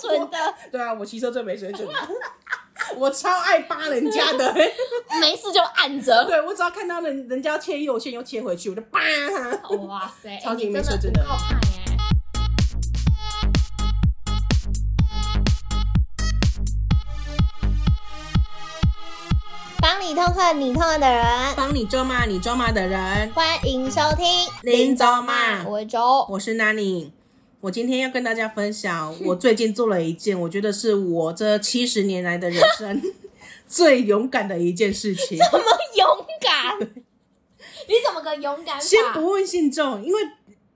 准的，对啊，我骑车最没水准了， 我超爱扒人家的、欸，没事就按着。对我只要看到人人家切右线又切回去，我就扒他。哇塞，哎超级你没真的水准的很好看哎。帮你痛恨你痛恨的人，帮你咒骂你咒骂的人，欢迎收听林州骂我是周，我是 Nani。我今天要跟大家分享，我最近做了一件，我觉得是我这七十年来的人生最勇敢的一件事情。这么勇敢，你怎么个勇敢法？先不问信众，因为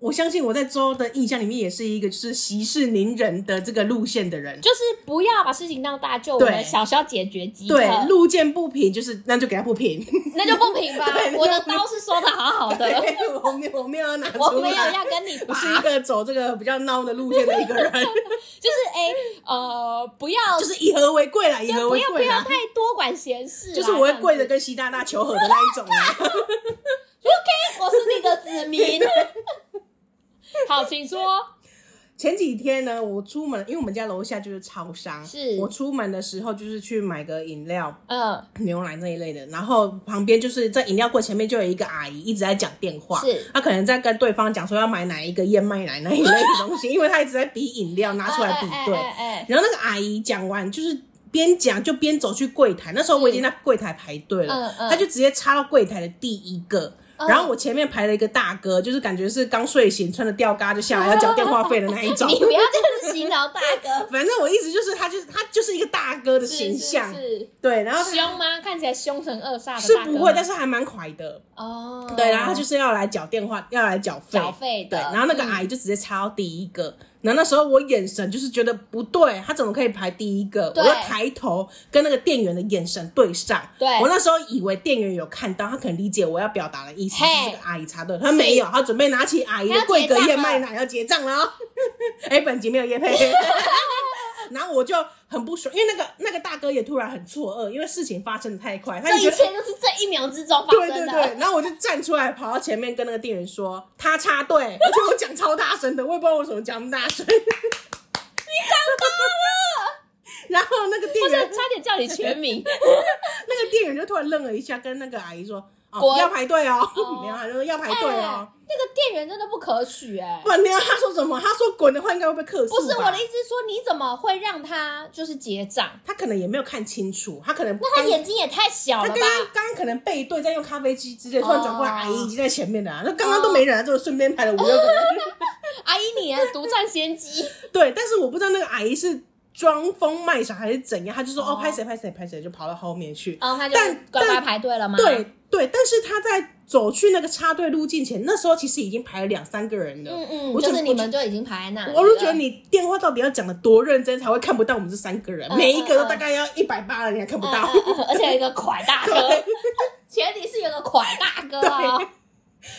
我相信我在周的印象里面也是一个就是息事宁人的这个路线的人。就是不要把事情闹大，就我对们小小解决即可，对，路见不平就是那就给他不平。那就不平吧对那。就我的刀是收的好好的，对 我没有我没有要拿出 来，我没有要跟你拔，我是一个走这个比较孬的路线的 一个人，就是哎、呃，不要呃就是以和为贵啦，以和不为要不贵要啦太。多管闲事啦，就是我会跪着这样子。跟习大大求和的那一种啊， OK，我是你的子民。好，请说。前几天呢，我出门，因为我们家楼下就是超商，是我出门的时候就是去买个饮料、 嗯，牛奶那一类的，然后旁边就是在饮料柜前面就有一个阿姨一直在讲电话，是她可能在跟对方讲说要买哪一个燕麦奶那一类的东西， 因为她一直在比饮料拿出来比对，哎哎哎然后那个阿姨讲完，就是边讲就边走去柜台。那时候我已经在柜台排队了，嗯嗯他就直接插到柜台的第一个。嗯然后我前面排了一个大哥，就是感觉是刚睡醒，穿着吊嘎就下来要缴电话费的那一种哎 。你不要这样子洗脑大哥。反正我一直就是他，就是他就是一个大哥的是形象，是对。然后是凶吗？看起来凶神恶煞他的是大哥不会，但是还蛮快的，哦，对。然后他就是要来缴电话，要来缴费，缴费对。的，嗯然后那个阿姨就直接插到第一个，然后那时候我眼神就是觉得不对，她怎么可以排第一个？我对要抬头跟那个店员的眼神对上。对我那时候以为店员有看到，他可能理解我要表达的意思，嘿就是这个阿姨插队，他没有，他准备拿起阿姨的贵格燕麦奶要结账了哦。 哎，本集没有叶配。 然后我就很不爽，因为那个那个大哥也突然很错愕，因为事情发生的太快，他这也觉一得切都是这一秒之中发对生对的。对，然后我就站出来，跑到前面跟那个店员说他插队， 而且我讲超大声的，我也不知道为什么讲那么大声。你长大了。然后那个店我想 员，差点叫你全名，那个店员就突然愣了一下，跟那个阿姨说：“哦，滚要排队哦。 哦然后他就说：“要 排哎队哦。那个店员真的不可取哎、不然你要他说什么？他说滚的话，应该会被克诉。不是我的意，思是说，你怎么会让他就是结账？他可能也没有看清楚，他可能那他刚眼睛也太小他了刚吧刚？刚刚可能背对在用咖啡机之类，突然转过来，哦阿姨已经在前面了、啊。那刚刚都没人啊，就顺便排了五六个人。阿姨，你啊独占先 机，对，但是我不知道那个阿姨是装疯卖傻还是怎样，她就说哦哦拍谁拍谁拍谁，就跑到后面去。然后他就但乖乖但排队了吗？对对，但是她在走去那个插队路径前，那时候其实已经排了两三个人了。嗯嗯，我就怎是么你们就已经排在那里了。嗯我就觉得你电话到底要讲的多认真，才会看不到我们这三个人，嗯每一个都嗯大概要一百八了，你还看不嗯，到。嗯嗯嗯而且有一个蒯大哥 对，前提是有个蒯大哥哦，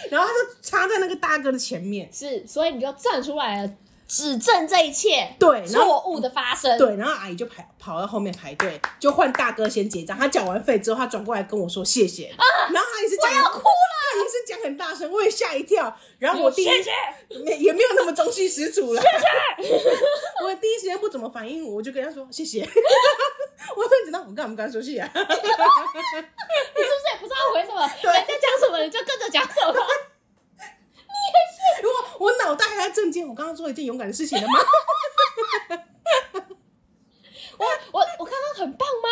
然后她就插在那个大哥的前面，是，所以你就站出来了，指证这一切对，然后。错误的发生。对，然后阿姨就排跑到后面排队，就换大哥先结账。他缴完费之后，他转过来跟我说谢谢，然后他也是讲啊我要哭了，他也是讲很大声，我也吓一跳。然后我第一谢谢没也没有那么中气十足了， 我第一时间不怎么反应，我就跟他说谢谢。 我就知道我干不干说谢谢、啊，你是不是也不知道回什么？对人家讲什么你就跟着讲什么。 如果我脑袋还在震惊，我刚刚做了一件勇敢的事情了吗？ 我我我刚刚很棒吗？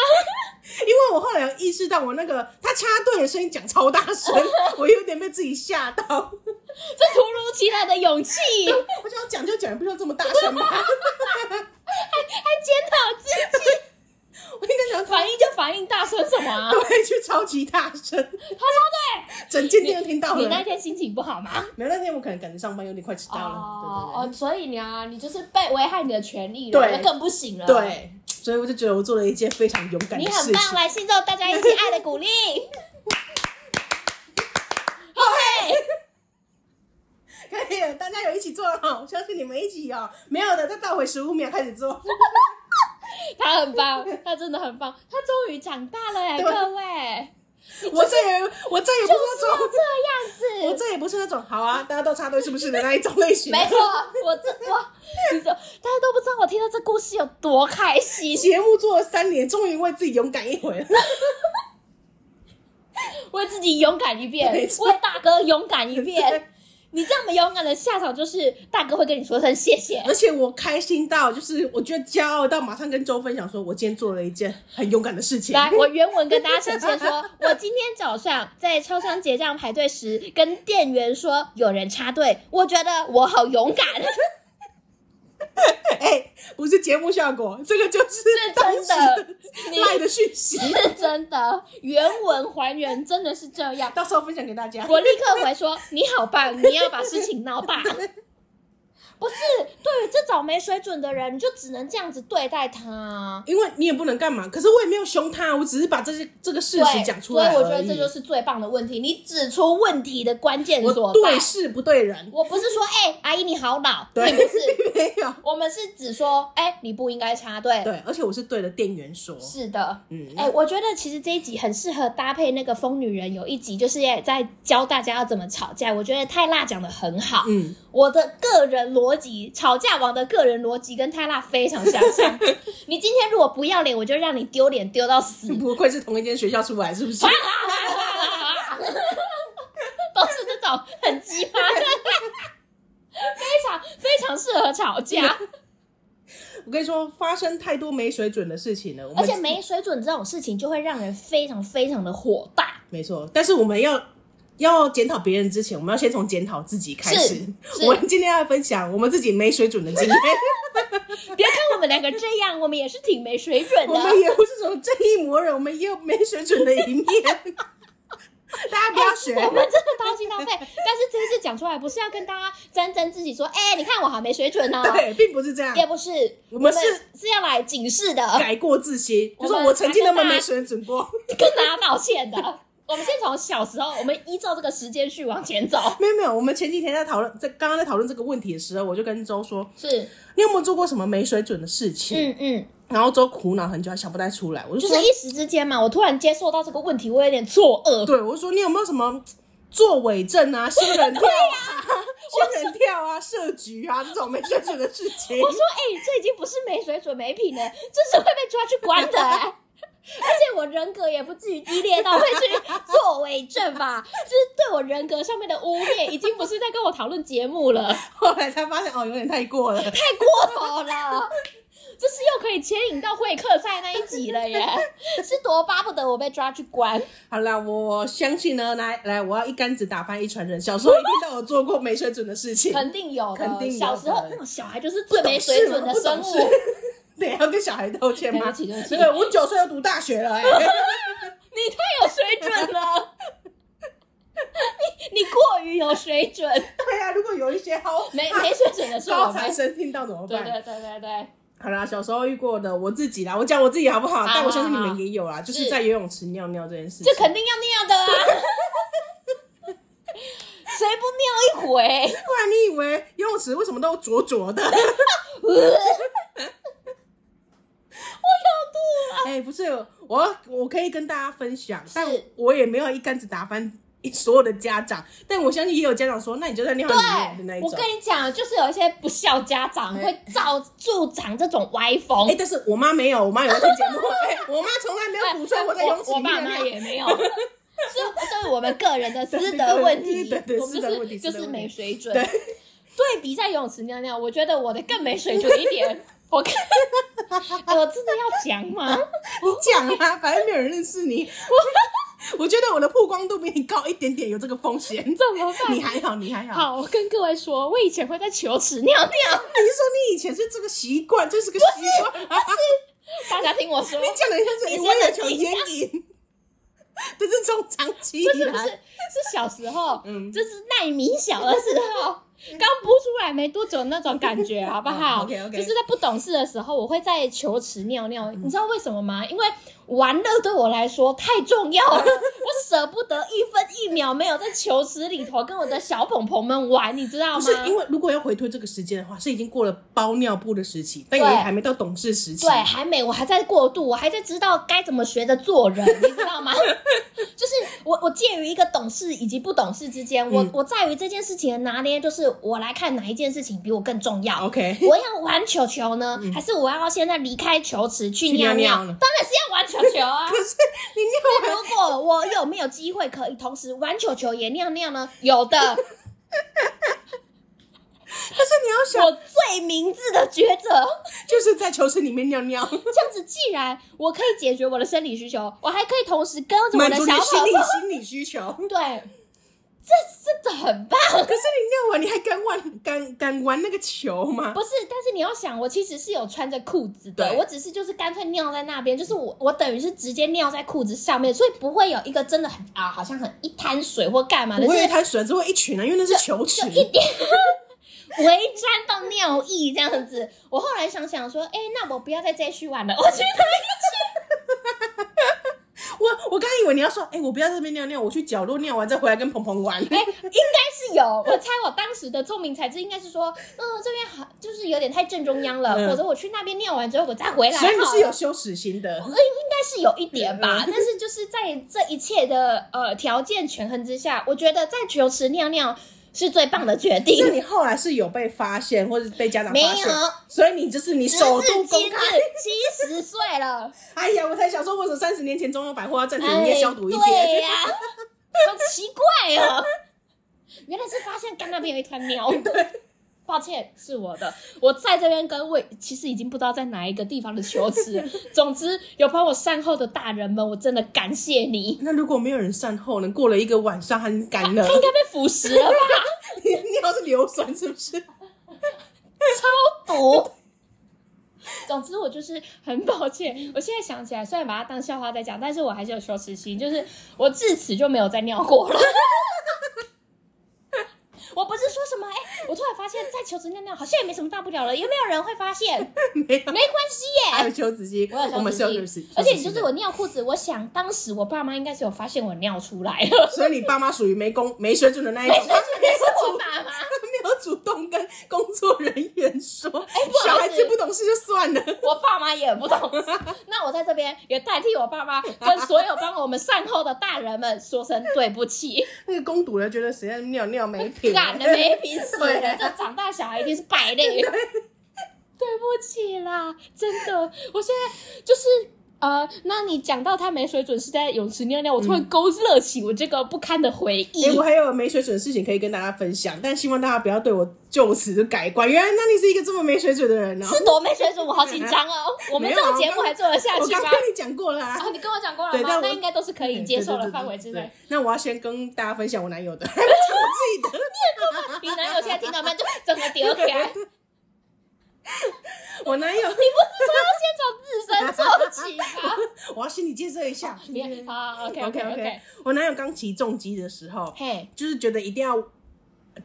因为我后来有意识到，我那个他插队的声音讲超大 声，我有点被自己吓到。这突如其来的勇气，我想讲就讲，不需要这么大声吧。 还检讨自己， 我应该想反应就反应大声什么、 啊？对，去超级大声，他说整间店都听到对，你那了。天心情不好吗？没有那天我可能赶着上班，有点快迟啊到了哦，。所以你啊，你就是被危害你的权利了，对那更不行了。对对对，对，所以我就觉得我做了一件非常勇敢的你事很情。棒，来信咒，大家一起爱的鼓 励。好嘿，可以了，大家有一起做哈，我相信你们一起哦。没有的，再倒回十五秒开始 做。他很棒，他真的很棒，他终于长大了哎，对各位，我这也我这也不就是是啊那要这样种，我子。这也不是那种好啊，大家都插队是不是的那一种类型。没错，我这我，你说大家都不知道我听到这故事有多开心？节目做了三年，终于为自己勇敢一回了。为自己勇敢一遍，没错为大哥勇敢一对遍。你这么勇敢的下场，就是大哥会跟你说声谢谢。而且我开心到，就是我觉得骄傲到，马上跟周分享说，我今天做了一件很勇敢的事情。来，我原文跟大家呈现说，我今天早上在超商结账排队时，跟店员说有人插队，我觉得我好勇敢， 哎、不是节目效果，这个就是是当真时的，你赖的讯息，是真的，原文还原真的是这样。到时候分享给大家。我立刻回说：“你好棒，你要把事情闹大。” 不是，对于这种没水准的人，你就只能这样子对待他。因为你也不能干嘛，可是我也没有凶他，我只是把这些这个事实对，讲出所以来而我已。觉得这就是最棒的问题，你指出问题的关键所我在。对事不 对人，我不是说，哎、阿姨你好老，对，并不是，没有我们是只说，哎、你不应该插队。对，而且我是对着店员说，是的，嗯，哎、我觉得其实这一集很适合搭配那个疯女人有一集，就是也在教大家要怎么吵架。我觉得泰辣讲的很好，嗯，我的个人逻辑，吵架王的个人逻辑跟泰辣非常相 像。你今天如果不要脸，我就让你丢脸丢到 死，不愧是同一间学校出来，是不啊是？都是这种很鸡巴 的，非常非常适合吵架，我跟你说，发生太多没水准的事情 了，我们而且没水准这种事情就会让人非常非常的火大。 没错，但是我们要要检讨别人之前，我们要先从检讨自己开始是。是我们今天要分享我们自己没水准 的经验，别看我们两个这样，我们也是挺没水准我们的。也不是什么正义魔人，我们也有没水准的一面。 大家不要 学，我们真的掏心掏肺，但是这次讲出来不是要跟大家沾沾自喜，说，哎、你看我好没水准哦、 对，并不是这样，也不是，我们是是要来警示的，改过自新。我就们是啊我曾经那么没水准过，跟大家道歉的。 我们先从小时候，我们依照这个时间序往前走， 没有没有。我们前几天在讨论，在刚刚在讨论这个问题的时候，我就跟周说，是，你有没有做过什么没水准的事情？嗯嗯，然后周苦恼很久，还想不太出来。我就就说是，一时之间嘛，我突然接受到这个问题，我有点错愕。对，我就说你有没有什么作伪证啊、仙 人跳啊、仙人跳啊、设局啊这种没水准的事 情？我说，哎、这已经不是没水准没品了，这是会被抓去关的、 哎而且我人格也不至于低劣到会去作伪证吧？就是对我人格上面的污蔑，已经不是在跟我讨论节目了，后来才发现哦，有点太过了。太过头了。 这是又可以牵引到会客菜那一集了耶， 是多巴不得我被抓去关。好啦，我相信呢，来来，我要一竿子打翻一船人。小时候一定都有做过没水准的事 情，肯定有的，肯定有的小时候那种小孩就是最没水准的生不物懂。事。对，要跟小孩道歉对吗？不起对不起对，我九岁要读大学了、哎， 你太有水准了， 你你过于有水准，对呀、啊，如果有一些好没没水准的是我 高们材。生听到怎么对办？对对对对，好啦，小时候遇过的我自己啦，我讲我自己好不好？但我相信你好好们也有啦，就是是在游泳池尿尿这件事情。这肯定要尿的啊！ 谁不尿一回？不然你以为游泳池为什么都浊浊的？ 我哎、不是，我我可以跟大家分享，但是我也没有一竿子打翻所有的家长，但我相信也有家长说，那你就在尿里面要的吐那了。对一，我种跟。你讲，就是有一些不孝家长对会造助长这种歪风哎、。但是我妈没有，我妈有在听节目， 哎、我妈从来没有哎鼓吹我在游泳池我里爸面的妈尿。也没有，是这是我们个人的私德问题，对对对我们私德问就是题就是私德问题没水准。对对比在游泳池尿尿，我觉得我的更没水准一 点。我看，哎我真的要讲吗？你讲啊，反正没有人认识 你。我觉得我的曝光度比你高一点点，有这个风 险。怎么办你还好，你还好。好，我跟各位说，我以前会在球池尿尿，你是说你以前是这个习惯，这是个习 惯。大家听我说， 你讲的像是你我真有的球是烟瘾， 这是从长期以不是不是来。是小时候，嗯就是耐米小的时候，刚孵出来没多久那种感觉，好不好、嗯，OK，OK 嗯就是在不懂事的时候，我会在球池尿尿，你知道为什么吗？因为玩乐对我来说太重要 了，我舍不得一分一秒没有在球池里头跟我的小朋朋们玩，你知道不吗？是因为如果要回推这个时间的话，是已经过了包尿布的时期，但也对还没到懂事时期对，。还没，我还在过渡，我还在知道该怎么学着做 人，你知道吗？嗯就是我，我介于一个懂事以及不懂事之间，我、我在于这件事情的拿捏，就是我来看哪一件事情比我更重要。OK，我要玩球球呢，还是我要现在离开球池去嗯去尿尿当尿呢然是要玩球球 啊！可是你那如果我有没有机会可以同时玩球球也尿尿呢？有 的，可是你要想，我最明智的抉择。就是在球池里面尿 尿，这样子，既然我可以解决我的生理需求，我还可以同时跟着我满的足你小的宝心理宝。心理需求。对，这真的很棒。可是你尿完，你还敢玩敢敢玩那个球吗？不是，但是你要想，我其实是有穿着裤子的，对我只是就是干脆尿在那边，就是我我等于是直接尿在裤子上面，所以不会有一个真的很啊，好像很一滩水或干嘛的，不就会一是滩水，只会一群啊，因为那是球池。围沾到尿意这样子。我后来想想说，哎、那我不要再继续玩了，我去我我刚以为你要说，哎、我不要在这边尿尿，我去角落尿完再回来跟鹏鹏玩。哎、应该是有。我猜我当时的聪明才智应该是说，嗯，这边好，就是有点太正中央了，嗯否则我去那边尿完之后我再回来好所了。以你是有羞耻心的呃，应该是有一点吧嗯，但是就是在这一切的呃条件权衡之下，我觉得在球池尿尿是最棒的决那定。你后来是有被发现，或者被家长 没发有现，，所以你就是你直首至度今公日开。七十岁了， 哎呀，我才想说，为什么三十年前中央百货要暂停营哎业消毒一对天？呀、好奇怪哦， 原来是发现干那边有一团 尿。抱歉，是我的。我在这边跟魏，其实已经不知道在哪一个地方的球 池了。总之，有帮我善后的大人们，我真的感谢你。那如果没有人善后呢？过了一个晚上，他很干 了他，应该被腐蚀了吧？你尿是硫酸是不是？超 毒。 总之，我就是很抱歉。 我现在想起来，虽然把它当笑话在讲，但是我还是有羞耻心，就是我自此就没有再尿过 了。我不是说什么，哎、我突然发现，在球池尿尿好像也没什么大不了了，有没有人会发 现？没没有，关系 耶。还有羞耻心，我有我们是有羞羞耻耻心心，，而且就是我尿裤子，我想当时我爸妈应该是有发现我尿出来了，所以你爸妈属于没工没水准的那一没种，说出来是我爸妈。没有主动跟工作人员哎说，不好意思小孩子不懂事就算了。 我爸妈也不懂事。那我在这边也代替我爸妈跟所有帮我们善后的大人们说声对不起。那个攻读的觉得谁在尿尿没品，啊干的没品死对了，这长大小孩一定是败类。 对不起啦，真的，我现在就是。呃，那你讲到他没水准是在泳池尿尿，我突然勾勒起我这个不堪的回忆。哎、我还有没水准的事情可以跟大家分享，但希望大家不要对我就此就改观。原来那你是一个这么没水准的人哦、是多没水准，我好紧张哦！我们没有这啊个节目还做得下我去刚吗跟？你讲过啦、啊，你跟我讲过了对吗？但我那应该都是可以接受的范围之对对内对。那我要先跟大家分享我男友的，我自己的。你男友现在听到吗？就整个丢起来。我男友，你不是说要先从自身做起吗？我要心理建设一下。 你 啊好，OK OK OK，我男友刚骑重机的时候，嘿，就是觉得一定要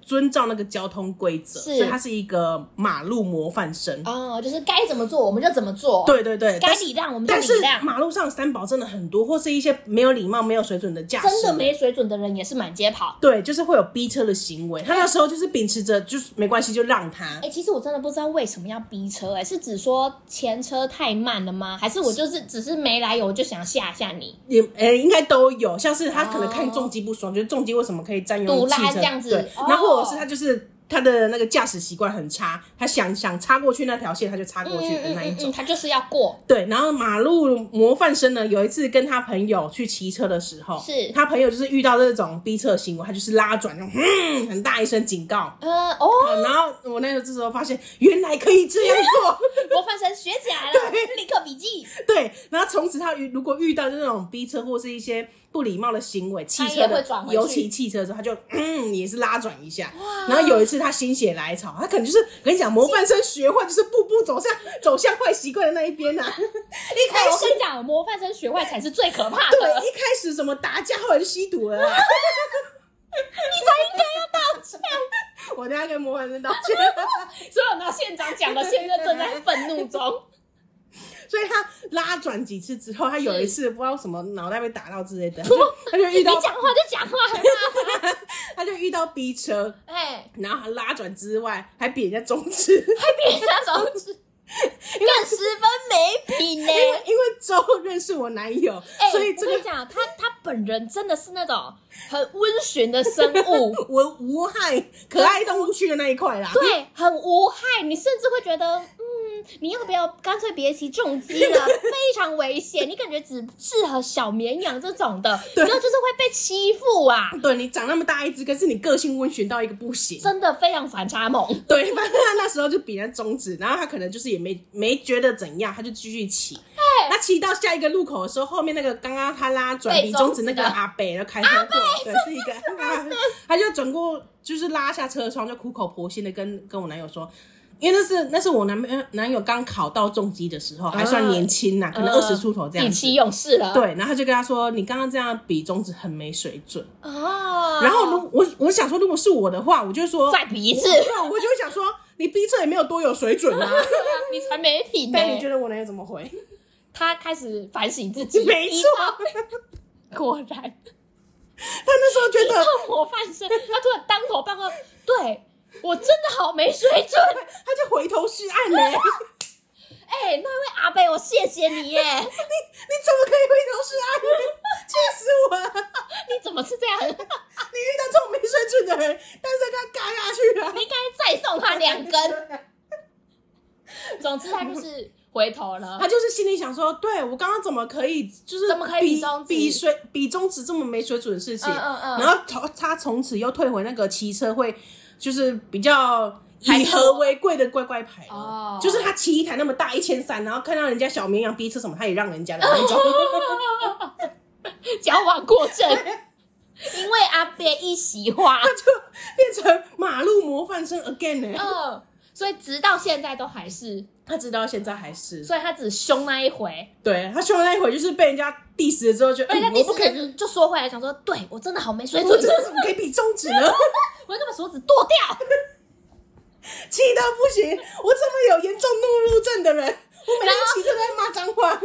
遵照那个交通规则，是所以他是一个马路模范生。哦，就是该怎么做我们就怎么做，，对对对，该但是礼让我们就但是礼让。马路上三宝真的很多，或是一些没有礼貌、没有水准的驾驶，真的没水准的人也是满街跑。对，就是会有逼车的行为。他那时候就是秉持着就是没关系就让他哎、，其实我真的不知道为什么要逼车、哎，是指说前车太慢了吗？还是我就是只是没来由我就想吓吓你，也呃应该都有，像是他可能哦看重机不爽，觉得重机为什么可以占堵用啦汽车，这样子对，哦然后或者是他就是。他的那个驾驶习惯很差，他想想插过去那条线，他就插过去的那一种。嗯他就是要过，对，然后马路模范生呢，有一次跟他朋友去骑车的时候，是他朋友就是遇到这种逼车行为，他就是拉转，就嗯，很大一声警告。呃，哦， 呃然后我那个这时候发现，原来可以这样做， 哎模范生学起来了，立刻笔记，对。然后从此他遇如果遇到这种逼车或是一些不礼貌的行为，汽也车会的转回去尤其汽车的时候，他就嗯也是拉转一下。然后有一次他心血来潮，他可能就是跟你讲，模范生学坏就是步步走向走向坏习惯的那一 边呐、啊。一哎开我始跟你讲，模范生学坏才是最可怕 对，的。一开始什么打架，后来就吸毒了啊、你才应该要道歉。 我等一下跟模范生道歉。 所以我到县长讲的，现在正在愤怒中。所以他拉转几次之后，他有一次不知道什么脑袋被打到之类的，他就他 就遇你到讲话就 讲话，他就遇到逼车，哎，然后他拉转之外还比人家中指，还比人家手指，更十分没品呢。 因为因为周认识我男友，哎，所以这我跟个 你讲，他他本人真的是那种很温驯的生 物，我无害、可爱动物区的那一块啦。对，很无害，你甚至会觉得，嗯，你要不要干脆别骑重机 了，非常危险，你感觉只适合小绵羊这种的，你对知道就是会被欺负啊，对你长那么大一只，可是你个性温驯到一个不行。真的非常反差萌。 对，反正他那时候就比人家中指，然后他可能就是也没没觉得怎样，他就继续骑。那骑到下一个路口的时候，后面那个刚刚他拉转被比中中指那指个的阿北，然后开车过，对，是一个， 他就转过，就是拉下车窗，就苦口婆心的跟跟我男友说。因为那是那是我男朋男友刚考到重机的时候，还算年轻呐、可能二十出头这样底子。气勇士了。对，然后他就跟他说：“你刚刚这样比中指很没水准。哦，然后如我我想说，如果是我的话，我就说再比一次，对，啊我就会想说，你逼车也没有多有水准 啊。你才没品呢、但你觉得我能有怎 么回？他开始反省自己，没一错套， 果然。 他那时候觉一得，套模范生， 他突然当头棒喝，对我真的好没水准。他就回头是岸 呢、哎、那位阿贝，我谢谢你耶！你你怎么可以回头是岸呢？ 气死我了！你怎么是这样？ 你你遇到这种没水准的人，但是他嘎下去了。应该再送他两根。 总之，他就是回头了。他就是心里想说，对我刚刚怎么可以，就是怎么可以比中指比水比中指这么没水准的事情？嗯嗯嗯然后从他从此又退回那个骑车会，就是比较还以是和为贵的乖乖牌了哦就是他骑一台那么大一千三，然后看到人家小绵羊逼车什么，他也让人家的那 种。哦矫枉过正， 因为阿贝一席话。他 就变成马路模范生 again 呢、嗯，所以直到现在都还是，他直到现在还是，所以他只凶那一回。对他凶的那一回就是被人家 diss 了之后就，所以他嗯第我不四可以，天就说回来，想说，对我真的好没水我准，真的怎么可以比中指呢？ 我要把手指剁掉。气到不行！我这么有严重怒路症的人，我每天骑车都在骂脏话。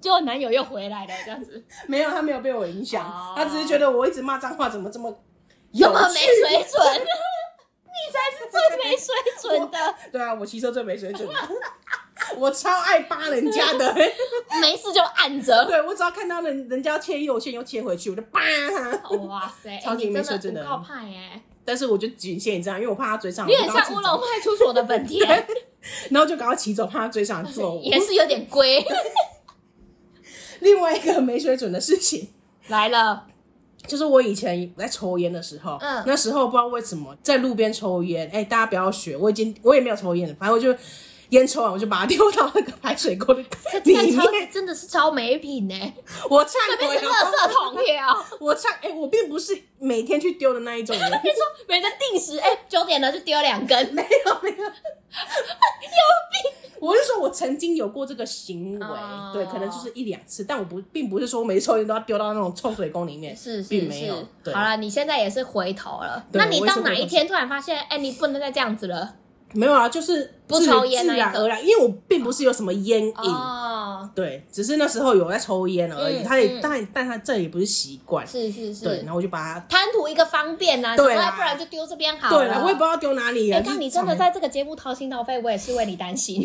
结果男友又回来了，这样子 没有，他没有被我影响，哦他只是觉得我一直骂脏话怎么这么有有没有没趣 水准？你才是最没水准的，对啊，我骑车最没水准 的，我超爱扒人家的。 没事就按着。对我只要看到人人家要切右线又切回去，我就扒他。哇塞，哎超级你没真水的准的很靠派耶！但是我就仅限于这样，因为我怕他追上我，你很就赶快像骑乌走龙派出所的本田，然后就赶快骑走，怕他追上来 揍我。也是有点龟。另外一个没水准的事情， 来了，就是我以前在抽烟的时候，嗯那时候不知道为什么在路边抽烟，哎、大家不要学，我已经我也没有抽烟了，反正我就烟抽完我就把它丢到那个排水沟的 这里个超面，真的是超没品呢，我忏这边悔是垃了，圾桶耶哦。我忏，哎、我并不是每天去丢的那一种 人，你说每个定时，哎，九点了就丢两根，没有没有，有病，我是说我曾经有过这个行为，哦对，可能就是一两次，但我不并不是说我每次抽烟都要丢到那种臭水沟里面，是是并没有是，。对，好了，你现在也是回头了。对那你我也到是哪回一头天突然发现，哎，你不能再这样子了？没有啊，就是不自抽烟自那一然个而然，因为我并不是有什么烟瘾，哦，对，只是那时候有在抽烟而已。嗯他也嗯但但他这也不是习惯，是是对，然是，后我就把它贪图一个方便呐、啊，对啦想说哎不然就丢这边好对了，了，我也不知道丢哪里哎、了。就看是你真的常，在这个节目掏心掏肺，我也是为你担 心。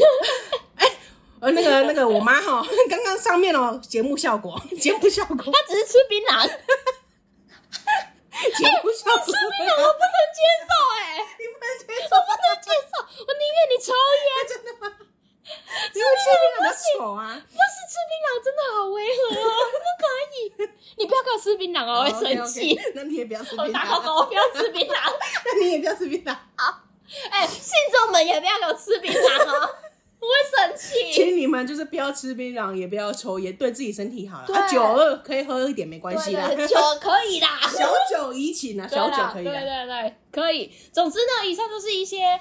呃，那个那个我妈哈， 刚刚上面哦，节目效果， 节目效果，他只是吃槟榔，节目效我果，不能接受哎、你不能接我不能接受，我宁愿你抽烟， 受，真的吗？因为吃槟榔比较丑啊，不是吃槟榔真的好违和哦，不可以，你不要给我吃槟榔 哦，我哦会生气。 OK，OK，那你也不要吃槟我打广告，榔，我不要吃槟榔。那你也不要吃槟榔， 哎、信众们也不要给我吃槟榔哦，我会生气。请你们就是不要吃槟榔，也不要抽烟，对自己身体好了。对啊，酒二可以喝一点没关对系啦，对，酒可以啦。 小酒怡情啊，对小啦酒可以对啊。对对，可以。总之呢，以上就是一些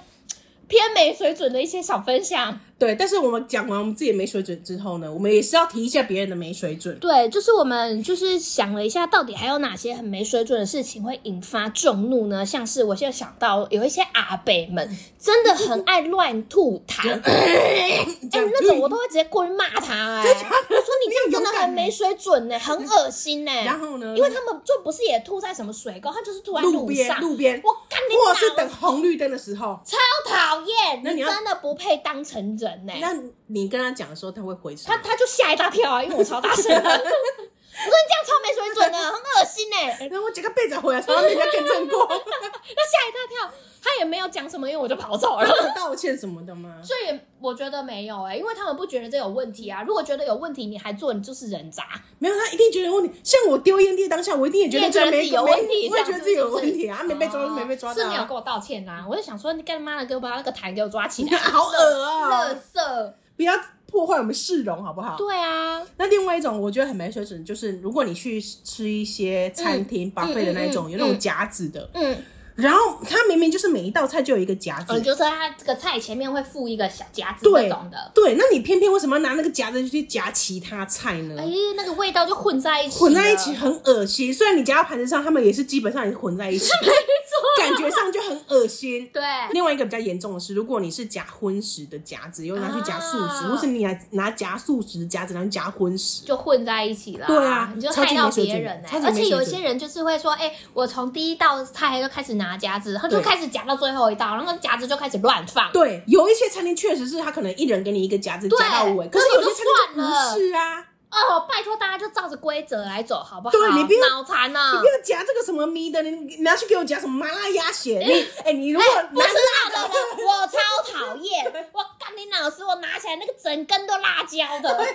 偏没水准的一些小分享。对，但是我们讲完我们自己没水准之后呢，我们也是要提一下别人的没水准。对，就是我们就是想了一下，到底还有哪些很没水准的事情会引发众怒呢？像是我现在想到有一些阿伯们真的很爱乱吐 痰，哎、这样那种我都会直接过去骂他、哎，我说你这样真的很没水准 呢、很恶心呢、然后呢，因为他们就不是也吐在什么水沟，他就是吐在路上边。路边，我干你啊或妈！是等红绿灯的时候，超讨厌，那你你要真的不配当成人呢、欸那你跟他讲的时候，他会回什他么？ 他就吓一大跳啊，因为我超大声的。我说你这样超没水准的，很恶心哎、然后我几个背着回来，从来没人家更正过，那吓一大跳，他也没有讲什么，因为我就跑走了。有道歉什么的吗？所以我觉得没有哎、因为他们不觉得这有问题啊。如果觉得有问题，你还做，你就是人渣。没有，他一定觉得有问题。像我丢烟蒂当下，我一定也觉你也得觉这得自没己有问没题，我也觉得自己有这样问是不是题啊，没被抓就没被抓是到没有啊，跟我道歉啦、我就想说，你干妈的，给我把那个痰给我抓 起来，好恶乐啊！色。不要破坏我们市容好不好？对啊，那另外一种我觉得很没水准，就是如果你去吃一些餐厅把费的那一嗯种，嗯有那种夹子的，嗯，然后它明明就是每一道菜就有一个夹子我，就是他这个菜前面会附一个小夹子对那种的，对，那你偏偏为什么要拿那个夹子去夹其他菜呢？哎、那个味道就混在一起，混在一起，很恶心，虽然你夹到盘子上，他们也是基本上也是混在一起，感觉上就很恶心。对，另外一个比较严重的是，如果你是夹荤食的夹子，又拿去夹素食，啊或是你拿拿夹素食的夹子，然后夹荤食，就混在一起了。对啊你就超害级到没水别准人呢、欸超级而没且水有一准些人就是会说，哎、我从第一道菜就开始拿夹子，他就对开始夹到最后一道，然后夹子就开始乱放。对，有一些餐厅确实是他可能一人给你一个夹子对夹到尾，可是那有你就些餐厅算就不是啊，哦，拜托大家就照着规则来走，好不好？对你不要脑残哦呢、你不要夹这个什么咪的，你你要去给我夹什么麻辣鸭血，你哎、你如果哎不拿吃辣的人，我超讨厌！我干你老师，我拿起来那个整根都辣椒的，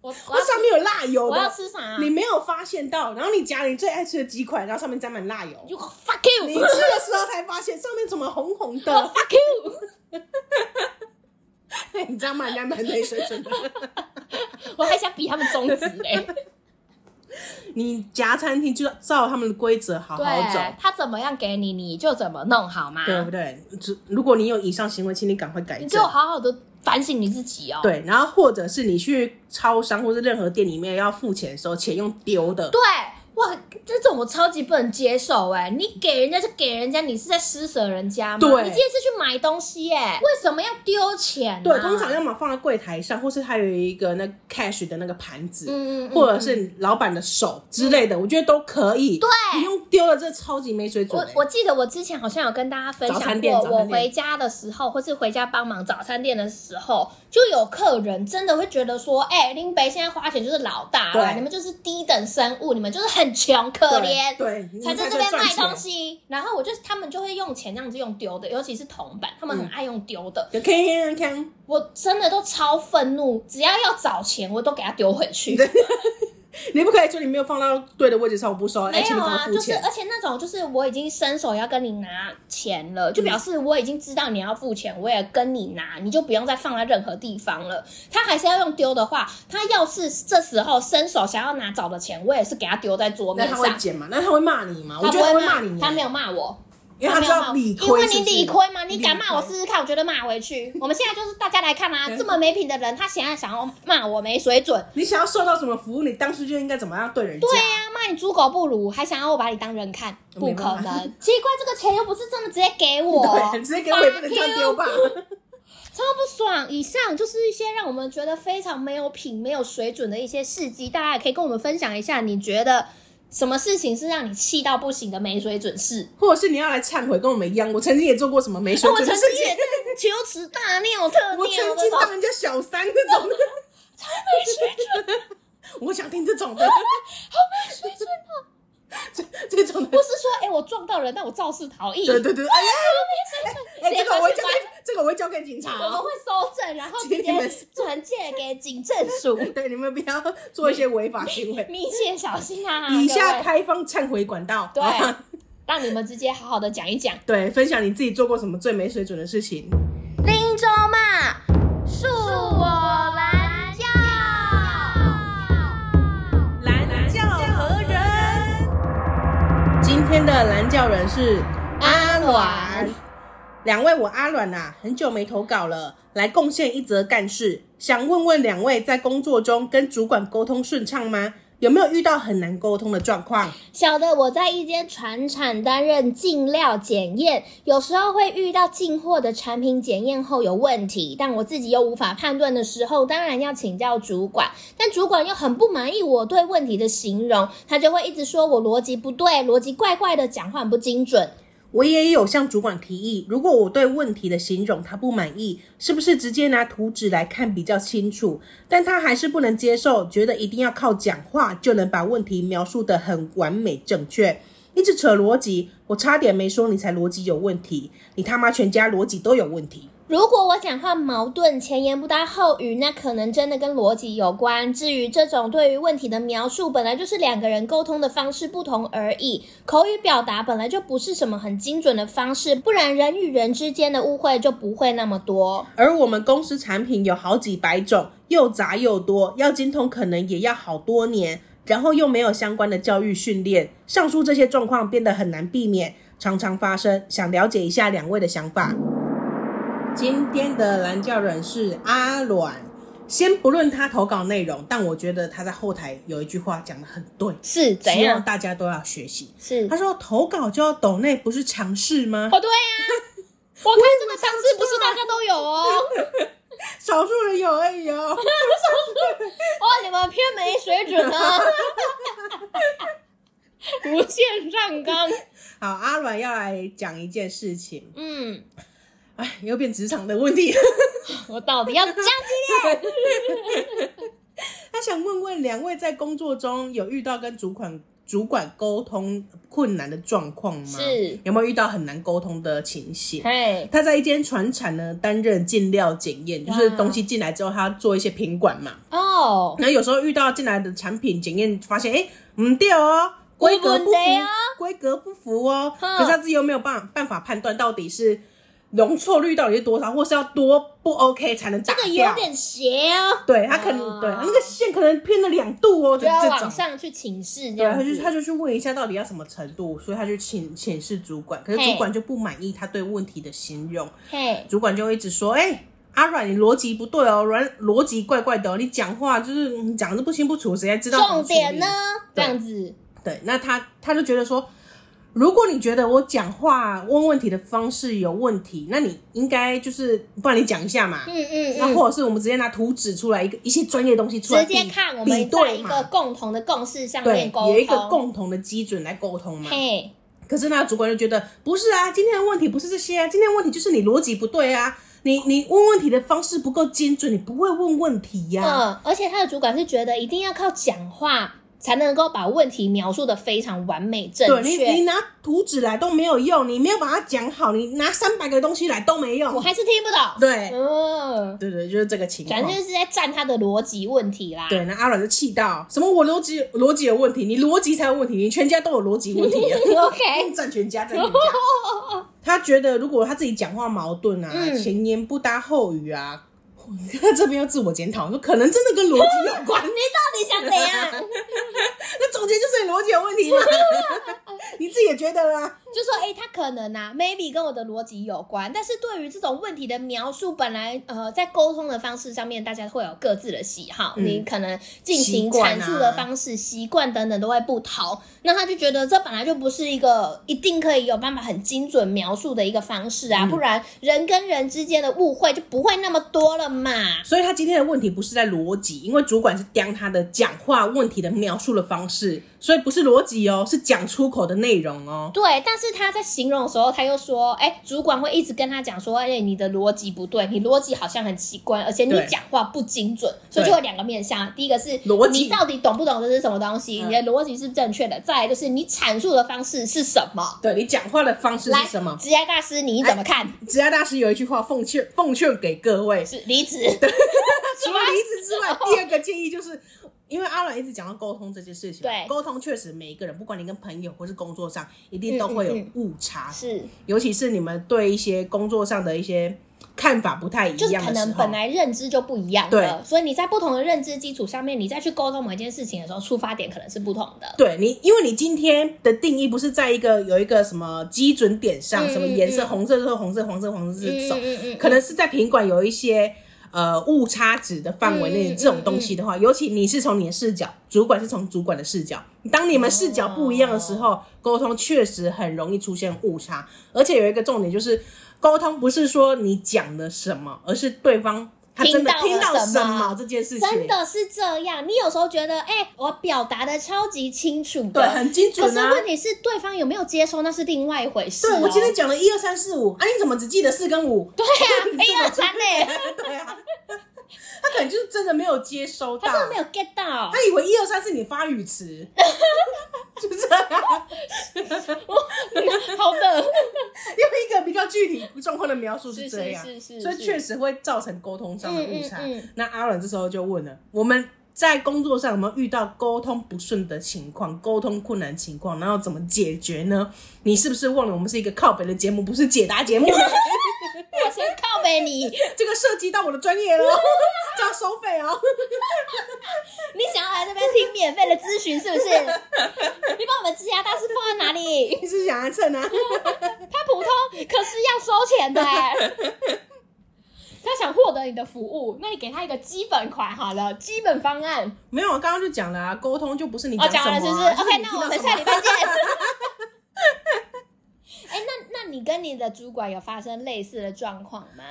我我它要上面有辣油我要的，吃啥？你没有发现到，然后你夹你最爱吃的鸡块，然后上面沾满辣油， You fuck 你 you！吃的时候才发现上面怎么红红我 的， fuck you！你知道吗？人家蛮没水准的。我还想比他们中指欸嘞。你夹餐厅就照他们的规则好好对走，，他怎么样给你，你就怎么弄好吗？对不对？只如果你有以上行为，请你赶快改你只正有。好好的反省你自己哦。对，然后或者是你去超商或是任何店里面要付钱的时候，钱用丢的，对，哇，这种我超级不能接受哎！你给人家就给人家，你是在施舍人家吗？对你今天是去买东西哎，为什么要丢钱、啊？对，通常要么放在柜台上，或是它有一个那 cash 的那个盘子，嗯嗯嗯，或者是老板的手之类的，我觉得都可以。对你用丢了，这超级没水准、我欸。我记得我之前好像有跟大家分早餐享店过，早餐我店回家的时候，或是回家帮忙早餐店的时候，就有客人真的会觉得说，哎、林北现在花钱就是老大了，对你们就是低等生物，你们就是很穷可怜，对，对才在你这边赚卖钱东西。然后我就他们就会用钱这样子用丢的，尤其是铜板，他们很嗯爱用丢的，就锵锵锵。我真的都超愤怒，只要要找钱，我都给他丢回去。你不可以说你没有放到对的位置上，我不收，哎、没请有你赶啊，快付就是钱。而且那种就是我已经伸手要跟你拿钱了，就嗯表示我已经知道你要付钱，我也跟你拿，你就不用再放在任何地方了。他还是要用丢的话，他要是这时候伸手想要拿找的钱，我也是给他丢在桌那面他上。会捡吗？那他会骂你吗？他我不觉得他会会骂你，欸他没有，骂我，因为他没知有骂道我理因亏为是不是，你理亏吗？你敢骂我理亏试试看，我觉得骂回去。我们现在就是大家来看啊，这么没品的人，他现在想要骂我没水准，你想要受到什么服务，你当初就应该怎么样对人家。对啊呀、骂你猪狗不如，还想要我把你当人看，不没可办法能。奇怪，这个钱又不是真的直接给我， 对，直接给我也不能这样丢吧？超不爽。以上就是一些让我们觉得非常没有品、没有水准的一些事迹，大家也可以跟我们分享一下，你觉得什么事情是让你气到不行的没水准事？或者是你要来忏悔，跟我们一样，我曾经也做过什么没水我准曾的经事也情，是求耻大尿特我尿曾的经吧当人家小三这种的，我想听这种的， 水 准啊！这这种的不，是说哎、我撞到人，但我肇事逃逸。对对对，哎呀，哎，直接这个我会抓去交给这个我会交给警察我们哦。会搜证，然后直接请你们转借给警政署。 对，你们不要做一些违法行为。密切小心啊！以下各位开放忏悔管道。对好吧让你们直接好好的讲一讲。对，分享你自己做过什么最没水准的事情。林州嘛，恕我拦轿。蓝教何人？今天的蓝教人是阿阮。两位，我阿阮啊，很久没投稿了，来贡献一则干事，想问问两位，在工作中跟主管沟通顺畅吗？有没有遇到很难沟通的状况？小的我在一间船厂担任进料检验，有时候会遇到进货的产品检验后有问题，但我自己又无法判断的时候，当然要请教主管。但主管又很不满意我对问题的形容，他就会一直说我逻辑不对，逻辑怪怪的，讲话很不精准。我也有向主管提议，如果我对问题的形容他不满意，是不是直接拿图纸来看比较清楚？但他还是不能接受，觉得一定要靠讲话就能把问题描述得很完美正确，一直扯逻辑，我差点没说你才逻辑有问题，你他妈全家逻辑都有问题。如果我讲话矛盾、前言不搭后语，那可能真的跟逻辑有关。至于这种对于问题的描述，本来就是两个人沟通的方式不同而已。口语表达本来就不是什么很精准的方式，不然人与人之间的误会就不会那么多。而我们公司产品有好几百种，又杂又多，要精通可能也要好多年，然后又没有相关的教育训练，上述这些状况变得很难避免，常常发生。想了解一下两位的想法。今天的蓝教人是阿卵，先不论他投稿内容，但我觉得他在后台有一句话讲的很对，是怎希望样？大家都要学习。是他说投稿就要抖内，不是尝试吗？哦，对呀、我看这个尝试不是大家都有哦。少数人有而已哦。哦，你们偏没水准啊！ 无限上纲，好，阿卵要来讲一件事情，嗯，哎，又变职场的问题。我到底要加几？ 他想问问两位在工作中有遇到跟主管主管沟通困难的状况吗？是有没有遇到很难沟通的情形？嘿，他在一间船厂呢担任进料检验，就是哇东西进来之后，他做一些品管嘛。哦，然后有时候遇到进来的产品检验，发现哎，唔对哦，规格不有符问题哦，规格不符哦。哼可是他自己又没有办法办法判断到底是容错率到底是多少，或是要多不 OK 才能打这个掉有点邪哦，对他可能、哦对他那个线可能偏了两度哦，就就要这啊往种。上去请示这对，样他就子。他就去问一下到底要什么程度，所以他就请请示主管，可是嘿主管就不满意他对问题的形容，嘿，主管就一直说：“哎、阿阮，你逻辑不对哦，阮逻辑怪怪的哦，你讲话就是嗯讲的不清不楚，谁还知道怎么重处理点呢？这对样子，？”对，那他他就觉得说，如果你觉得我讲话问问题的方式有问题，那你应该就是不然你讲一下嘛。嗯嗯那嗯，或者是我们直接拿图纸出来一个一些专业的东西出来直比，接看我比们在对一嘛个共同的共识上面对沟通，有一个共同的基准来沟通嘛。嘿，可是呢，主管就觉得不是啊，今天的问题不是这些啊，今天的问题就是你逻辑不对啊，你你问问题的方式不够精准，你不会问问题呀、嗯，而且他的主管是觉得一定要靠讲话才能够把问题描述的非常完美正对你，你确，拿图纸来都没有用，你没有把它讲好，你拿三百个东西来都没我用。还是听不懂。对，嗯，对对，就是这个情反况正。就是在占他的逻辑问题啦。对，那阿软就气到，什么我逻辑逻辑有问题，你逻辑才有问题，你全家都有逻辑问 题啊！ ，OK，占全家，占全家。他觉得如果他自己讲话矛盾啊，嗯前言不搭后语啊， 他这边要自我检讨，说可能真的跟逻辑有 关。到底想怎样？那总结就是你逻辑有 问题嘛，你自己也觉得啊啦。就说，哎、他可能啊，maybe 跟我的逻辑有关，但是对于这种问题的描述，本来呃在沟通的方式上面，大家会有各自的喜好，嗯你可能进习行惯阐啊述的方式、习惯、等等都会不同。那他就觉得这本来就不是一个一定可以有办法很精准描述的一个方式啊，嗯不然人跟人之间的误会就不会那么多了嘛。所以他今天的问题不是在逻辑，因为主管是刁他的讲话问题的描述的方式，所以不是逻辑哦，是讲出口的内容哦。对，但是他在形容的时候，他又说：“哎、主管会一直跟他讲说，哎、你的逻辑不对，你逻辑好像很奇怪，而且你对讲话不精准，所以对就有两个面向。第一个是逻辑你到底懂不懂这是什么东西？嗯你的逻辑是不是正确的？再来就是你阐述的方式是什么？对你讲话的方式来是什么？职业大师你哎怎么看？职涯大师有一句话奉劝奉劝给各位，是离职？除了离职之外， 第二个建议就是，因为阿软一直讲到沟通这件事情嘛，对沟通确实每一个人，不管你跟朋友或是工作上，一定都会有嗯嗯误差，是，尤其是你们对一些工作上的一些看法不太一就是样可的时能候本。来认知就不一样的，所以你在不同的认知基础上面，你再去沟通某一件事情的时候，出发点可能是不同的。对你，因为你今天的定义不是在一个有一个什么基准点上，嗯什么颜色嗯红色就是红色，黄色黄色嗯是走，嗯嗯可能是在品管有一些呃误差值的范围内，嗯嗯这种东西的话，尤其你是从你的视角，主管是从主管的视角，当你们视角不一样的时哦候，沟通确实很容易出现误差。而且有一个重点就是，沟通不是说你讲了什么，而是对方他真的听听到到了什什么么这件事情，真的是这样。你有时候觉得，哎、我表达的超级清楚的，对，很精准可啊。是问题是，对方有没有接收那是另外一回事、哦。对，我今天讲了一二三四五，啊，你怎么只记得四跟五？对啊， 你一这个二三呢，对啊，他可能就是真的没有接收到，他真的没有 get 到。啊他以为一二三是你发语词， 就这样，好的，因为一个比较具体状况的描述是这是样，是是，所以是确实会造成沟通上的误差。嗯嗯嗯那阿软这时候就问了，我们在工作上有没有遇到沟通不顺的情况、沟通困难情况，然后怎么解决呢？你是不是忘了我们是一个靠北的节目，不是解答节目？我先靠背你， 这个涉及到我的专业喽，这要收费哦。你想要来这边听免费的咨询是不是？你把我们职涯大师放在哪里？你是想来蹭啊？ 他普通可是要收钱的哎、他想获得你的服务，那你给他一个基本款好了，基本方案。没有，我刚刚就讲了啊，沟通就不是你哦，什讲么、完啊了是不是就？OK，你那听我到们什下么啊礼拜 见。哎、那那你跟你的主管有发生类似的状况吗？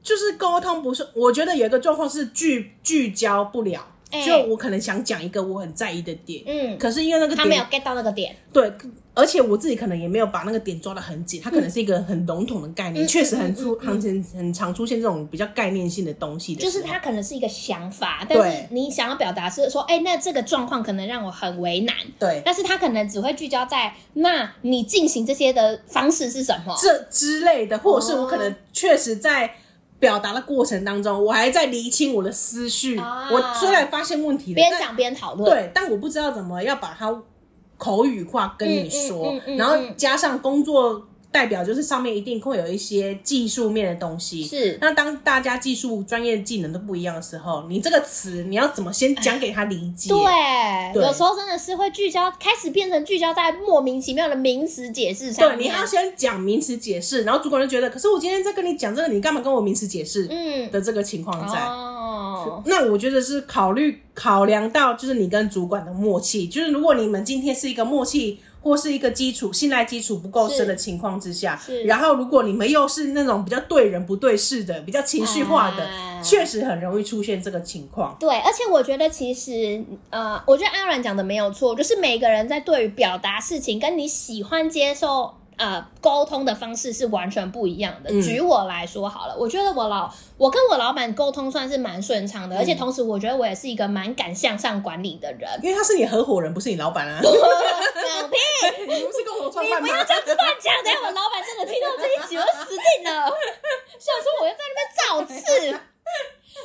就是沟通不是，我觉得有一个状况是聚聚焦不了，哎就我可能想讲一个我很在意的点，嗯，可是因为那个他没点有 get 到那个点。对，而且我自己可能也没有把那个点抓得很紧，它可能是一个很笼统的概念，嗯确实很出很很很常出现这种比较概念性的东西的就是时候他可能是一个想法，但是对你想要表达是说，哎、那这个状况可能让我很为难，对但是他可能只会聚焦在那你进行这些的方式是什么？这之类的，或者是哦我可能确实在表达的过程当中，我还在厘清我的思绪，啊我虽然发现问题了，边但讲边讨论，对，但我不知道怎么要把它口语化跟你说，嗯嗯嗯嗯然后加上工作代表，就是上面一定会有一些技术面的东西。是那当大家技术专业技能都不一样的时候，你这个词你要怎么先讲给他理解？对，对有时候真的是会聚焦，开始变成聚焦在莫名其妙的名词解释上对，面。你要先讲名词解释，然后主管就觉得，可是我今天在跟你讲这个，你干嘛跟我名词解释嗯，的这个情况在？哦，那我觉得是考虑考量到就是你跟主管的默契，就是如果你们今天是一个默契或是一个基础信赖基础不够深的情况之下是，然后如果你们又是那种比较对人不对事的、比较情绪化的啊，确、实很容易出现这个情况。对，而且我觉得其实，呃，我觉得阿软讲的没有错，就是每个人在对于表达事情跟你喜欢接受呃沟通的方式是完全不一样的。嗯举我来说好了，我觉得我老我跟我老板沟通算是蛮顺畅的，嗯而且同时我觉得我也是一个蛮敢向上管理的 人。因为他是你合伙人，不是你老板 啊！放屁！你不是共同创你办不吗？要这样子乱讲，等下我老板真的听到这一集，我死定了。 想说我又在那边造次。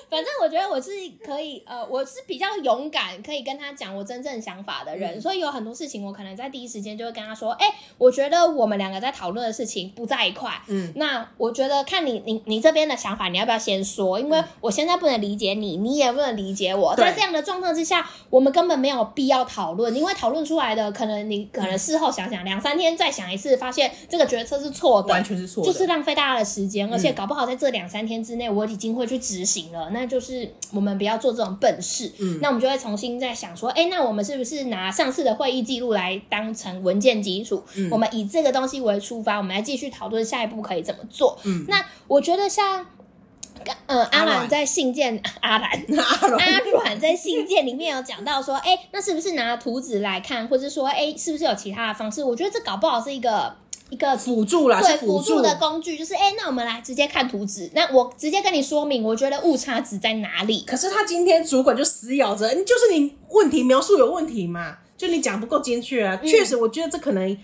反正我觉得我是可以，呃，我是比较勇敢，可以跟他讲我真正想法的人，所以有很多事情我可能在第一时间就会跟他说，哎、我觉得我们两个在讨论的事情不在一块，嗯，那我觉得看你你你这边的想法，你要不要先说？因为我现在不能理解你，你也不能理解我。嗯对在这样的状况之下，我们根本没有必要讨论，因为讨论出来的，可能嗯你可能事后想想，两三天再想一次，发现这个决策是错的，完全是错的。嗯就是浪费大家的时间，而且搞不好在这两三天之内，我已经会去执行了，那就是我们不要做这种笨事。嗯那我们就会重新再想说，哎、那我们是不是拿上次的会议记录来当成文件基础？嗯我们以这个东西为出发，我们来继续讨论下一步可以怎么做。嗯那我觉得像。呃，阿阿兰软在信件， 阿兰，阿龙阿软在信件里面有讲到说，哎、那是不是拿图纸来看，或者说，哎、是不是有其他的方式？我觉得这搞不好是一个一个辅助啦，对是辅助助的。工具，就是哎、诶那我们来直接看图纸。那我直接跟你说明，我觉得误差值在哪里。可是他今天主管就死咬着，嗯就是你问题描述有问题嘛，就你讲不够精确嗯啊。确、实，我觉得这可能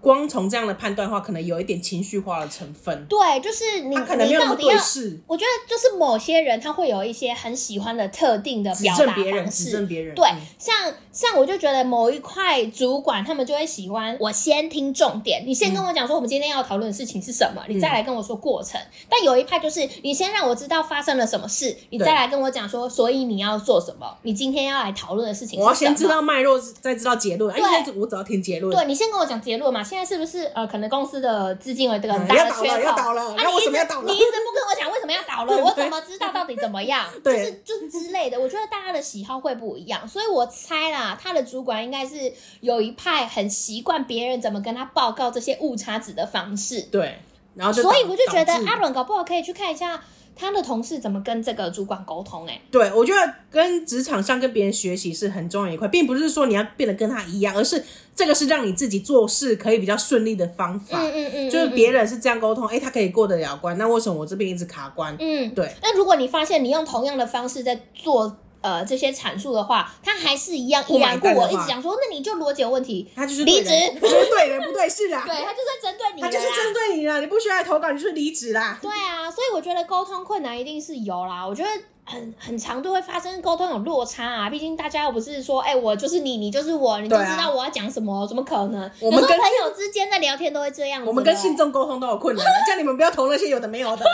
光从这样的判断的话，可能有一点情绪化的成分。对，就是你他可能没你有那到么底要对，视，我觉得就是某些人他会有一些很喜欢的特定的指表正达别人，方指式正。别人。对嗯，像像我就觉得某一块主管他们就会喜欢我先听重点，你先跟我讲说我们今天要讨论的事情是什么，嗯你再来跟我说过程。但有一派就是你先让我知道发生了什么事，你对再来跟我讲说，所以你要做什么，你今天要来讨论的事情是什么。我要先知道脉络，再知道结论。哎，对现在我只要听结论。对你先跟我讲结论嘛，现在是不是呃，可能公司的资金有一个很嗯大要的倒缺了，口？要倒了，啊，那你为一什直么要倒了你一？直不跟我讲为什么要倒了，我怎么知道到底怎么样？就对是就是之类的，我觉得大家的喜好会不一样，所以我猜啦，他的主管应该是有一派很习惯别人怎么跟他报告这些误差值的方式，对，然后就所以导我就觉得导致阿伦搞不好可以去看一下。他的同事怎么跟这个主管沟通、欸？哎，对，我觉得跟职场上跟别人学习是很重要一块，并不是说你要变得跟他一样，而是这个是让你自己做事可以比较顺利的方法。嗯嗯嗯，就是别人是这样沟通，哎、他可以过得了关，那为什么我这边一直卡关？嗯，对。那如果你发现你用同样的方式在做呃这些阐述的话，他还是一样不依然买故单的我，话一直讲说，那你就逻辑有问题。他就是离对人职他就是对人不对事啦。对他就是在针对啊你他的就是针啦。对你啊啦，你不需要来投稿，你就是离职啦。对啊，所以我觉得沟通困难一定是有啦。我觉得很很常都会发生沟通有落差啊，毕竟大家又不是说，哎、我就是你，你就是我，你就对啊知道我要讲什么，怎么可能？我有们时跟候朋友之间在聊天都会这样子。我们跟对啊信众沟通都有困难，叫你们不要投那些有的没 有的，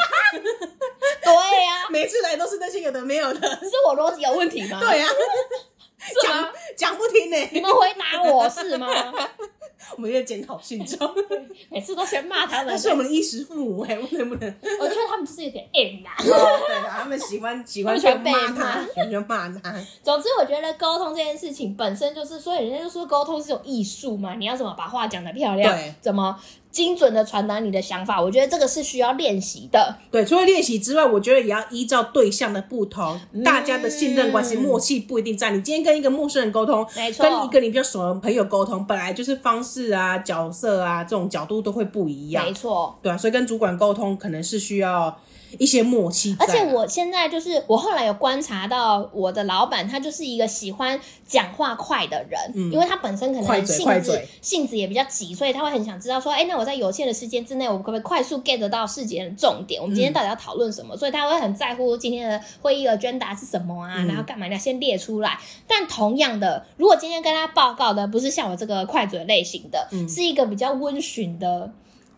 对 呀、啊，每次来都是那些有的没有的。是我逻辑有问题吗？对呀、啊是啊吗讲？讲不听呢、你们回答我是吗？ 我们要检讨信众，每次都先骂他们那，是我们的衣食父母哎、能不能？哦我觉得他们就是有点硬啊。对啦，他们喜欢喜欢他们喜去欢被骂他，喜欢去骂他。总之，我觉得沟通这件事情本身就是，所以人家就说沟通是一种艺术嘛，你要怎么把话讲得漂亮对，怎么精准的传达你的想法，我觉得这个是需要练习的。对，除了练习之外，我觉得也要依照对象的不同，嗯大家的信任关系、默契不一定在。你今天跟一个陌生人沟通，没错，跟一个你比较熟的朋友沟通，本来就是方式啊、角色啊这种角度都会不一样没，错。对啊，所以跟主管沟通可能是需要一些默契在。而且我现在就是，我后来有观察到我的老板，他就是一个喜欢讲话快的人，因为他本身可嗯快能嘴性快子嘴性子也比较急，所以他会很想知道说，哎、那我在有限的时间之内，我可不可以快速 get 到事情的重点？我们今天到底要讨论什嗯么？所以他会很在乎今天的会议 agenda 是什么啊，然后干嘛要先列出来。但同样的，如果今天跟他报告的不是像我这个快嘴类型的，是一个比较温驯的。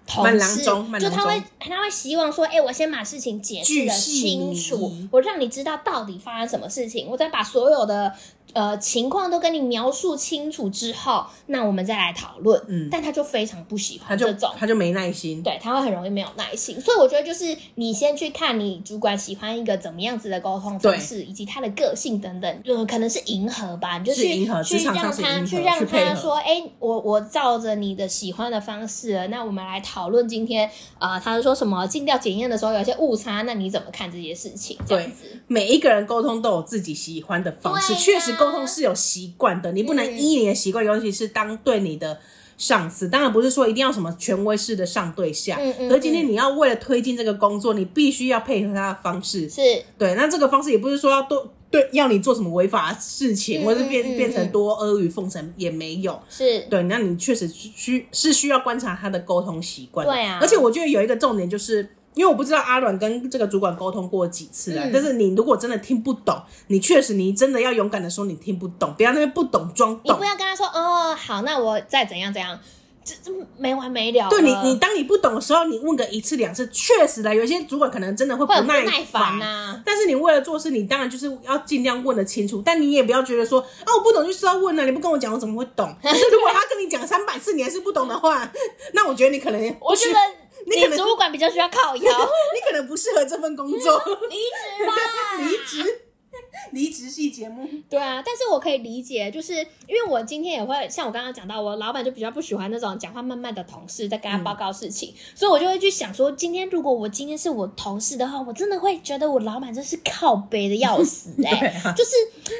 同嗯慢郎事中慢就郎他中会他会希望说，哎、我先把事情解释巨的细清靡楚遗，我让你知道到底发生什么事情，我再把所有的呃情况都跟你描述清楚之后，那我们再来讨论。嗯但他就非常不喜他欢就这种。他就没耐心，对，他会很容易没有耐心，所以我觉得就是你先去看你主管喜欢一个怎么样子的沟通方式，以及他的个性等等，就可能是迎合吧，你就是去迎合去职场让上是他迎合去让去配他合说，哎、我我照着你的喜欢的方式了，那我们来讨论今天呃，他说什么尽调检验的时候有一些误差，那你怎么看这些事情？这样对子，每一个人沟通都有自己喜欢的方式，对啊确实沟通是有习惯的，你不能嗯依你的习惯，尤其是当对你的上司，当然不是说一定要什么权威式的上对下，嗯嗯而今天你要为了推进这个工作，你必须要配合他的方式，是对，那这个方式也不是说要多对要你做什么违法的事情，嗯或是嗯嗯变变嗯成多阿谀奉承也没有，是，对，那你确实需是需要观察他的沟通习惯的。对啊而且我觉得有一个重点就是。因为我不知道阿软跟这个主管沟通过几次啊，嗯但是你如果真的听不懂，你确实你真的要勇敢的说你听不懂，不要那边不懂装你懂不。要跟他说哦，好，那我再怎样怎样，这这没完没了了。对你，你当你不懂的时候，你问个一次两次，确实的，有一些主管可能真的会会很不不耐耐烦啊呐、但是你为了做事，你当然就是要尽量问得清楚，但你也不要觉得说啊我不懂就是要问啊，你不跟我讲我怎么会 懂？可是如果他跟你讲三百次你还是不懂的话， 那我觉得你可能不我觉需得你可你能主管比较需要靠 腰， 你可能不适合这份工 作，离职吧， 离职，离职系节目，对啊，但是我可以理解，就是因为我今天也会像我刚刚讲到，我老板就比较不喜欢那种讲话慢慢的同事在跟他报告事情，所以我就会去想说，今天如果我今天是我同事的话，我真的会觉得我老板真是靠背的要死哎、 对啊就是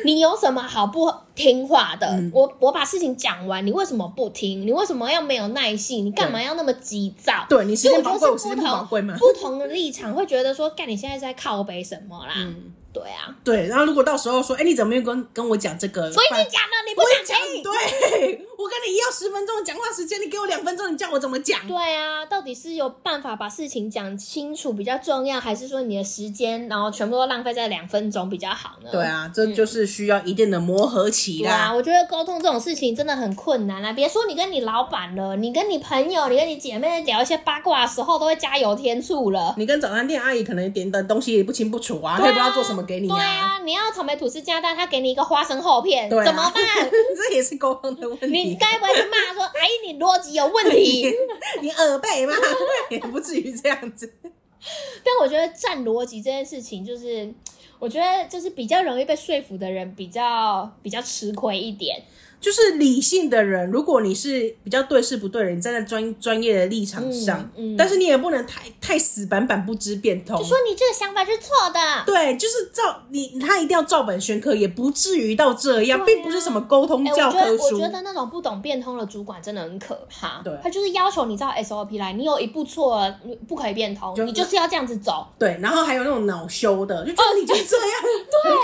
你有什么好不听话的？我我把事情讲完，你为什么不听？你为什么要没有耐心？你干嘛要那么急躁？对你时所以我间觉宝得贵，我是时不间不宝同贵吗？不同的立场会觉得说，干你现在是在靠背什么啦？对啊，对，然后如果到时候说，哎，你怎么没有跟跟我讲这个？我已反经讲了，你不我也想讲，哎听。对我跟你要十分钟的讲话时间，你给我两分钟，你叫我怎么讲？对啊，到底是有办法把事情讲清楚比较重要，还是说你的时间然后全部都浪费在两分钟比较好呢？对。啊，这就是需要一定的磨合期对啦啊，。我觉得沟通这种事情真的很困难啊！别说你跟你老板了，你跟你朋友、你跟你姐妹聊一些八卦的时候，都会加油添醋了。你跟早餐店阿姨可能点的东西也不清不楚啊，她对也啊不知道做什么给你对啊，啊，你要草莓吐司加蛋，他给你一个花生厚片，对啊怎么办？ 这也是沟通的问你题。该不会去骂说：“阿姨，你逻辑有问题？” 你耳背吗？ 也不至于这样子。但我觉得站逻辑这件事情，就是我觉得就是比较容易被说服的人，比较比较吃亏一点。就是理性的人，如果你是比较对事不对人，你站在专专业的立场上，嗯嗯但是你也不能太太死板板不知变通就。说你这个想法是错的。对，就是照你，他一定要照本宣科，也不至于到这样，并不是什么沟通哎、教我觉科得我书。觉得那种不懂变通的主管真的很可怕。对他就是要求你照 SOP 来，你有一步错了，你不可以变通，就你就是要这样子走。对，然后还有那种恼羞的，就觉得你就这样，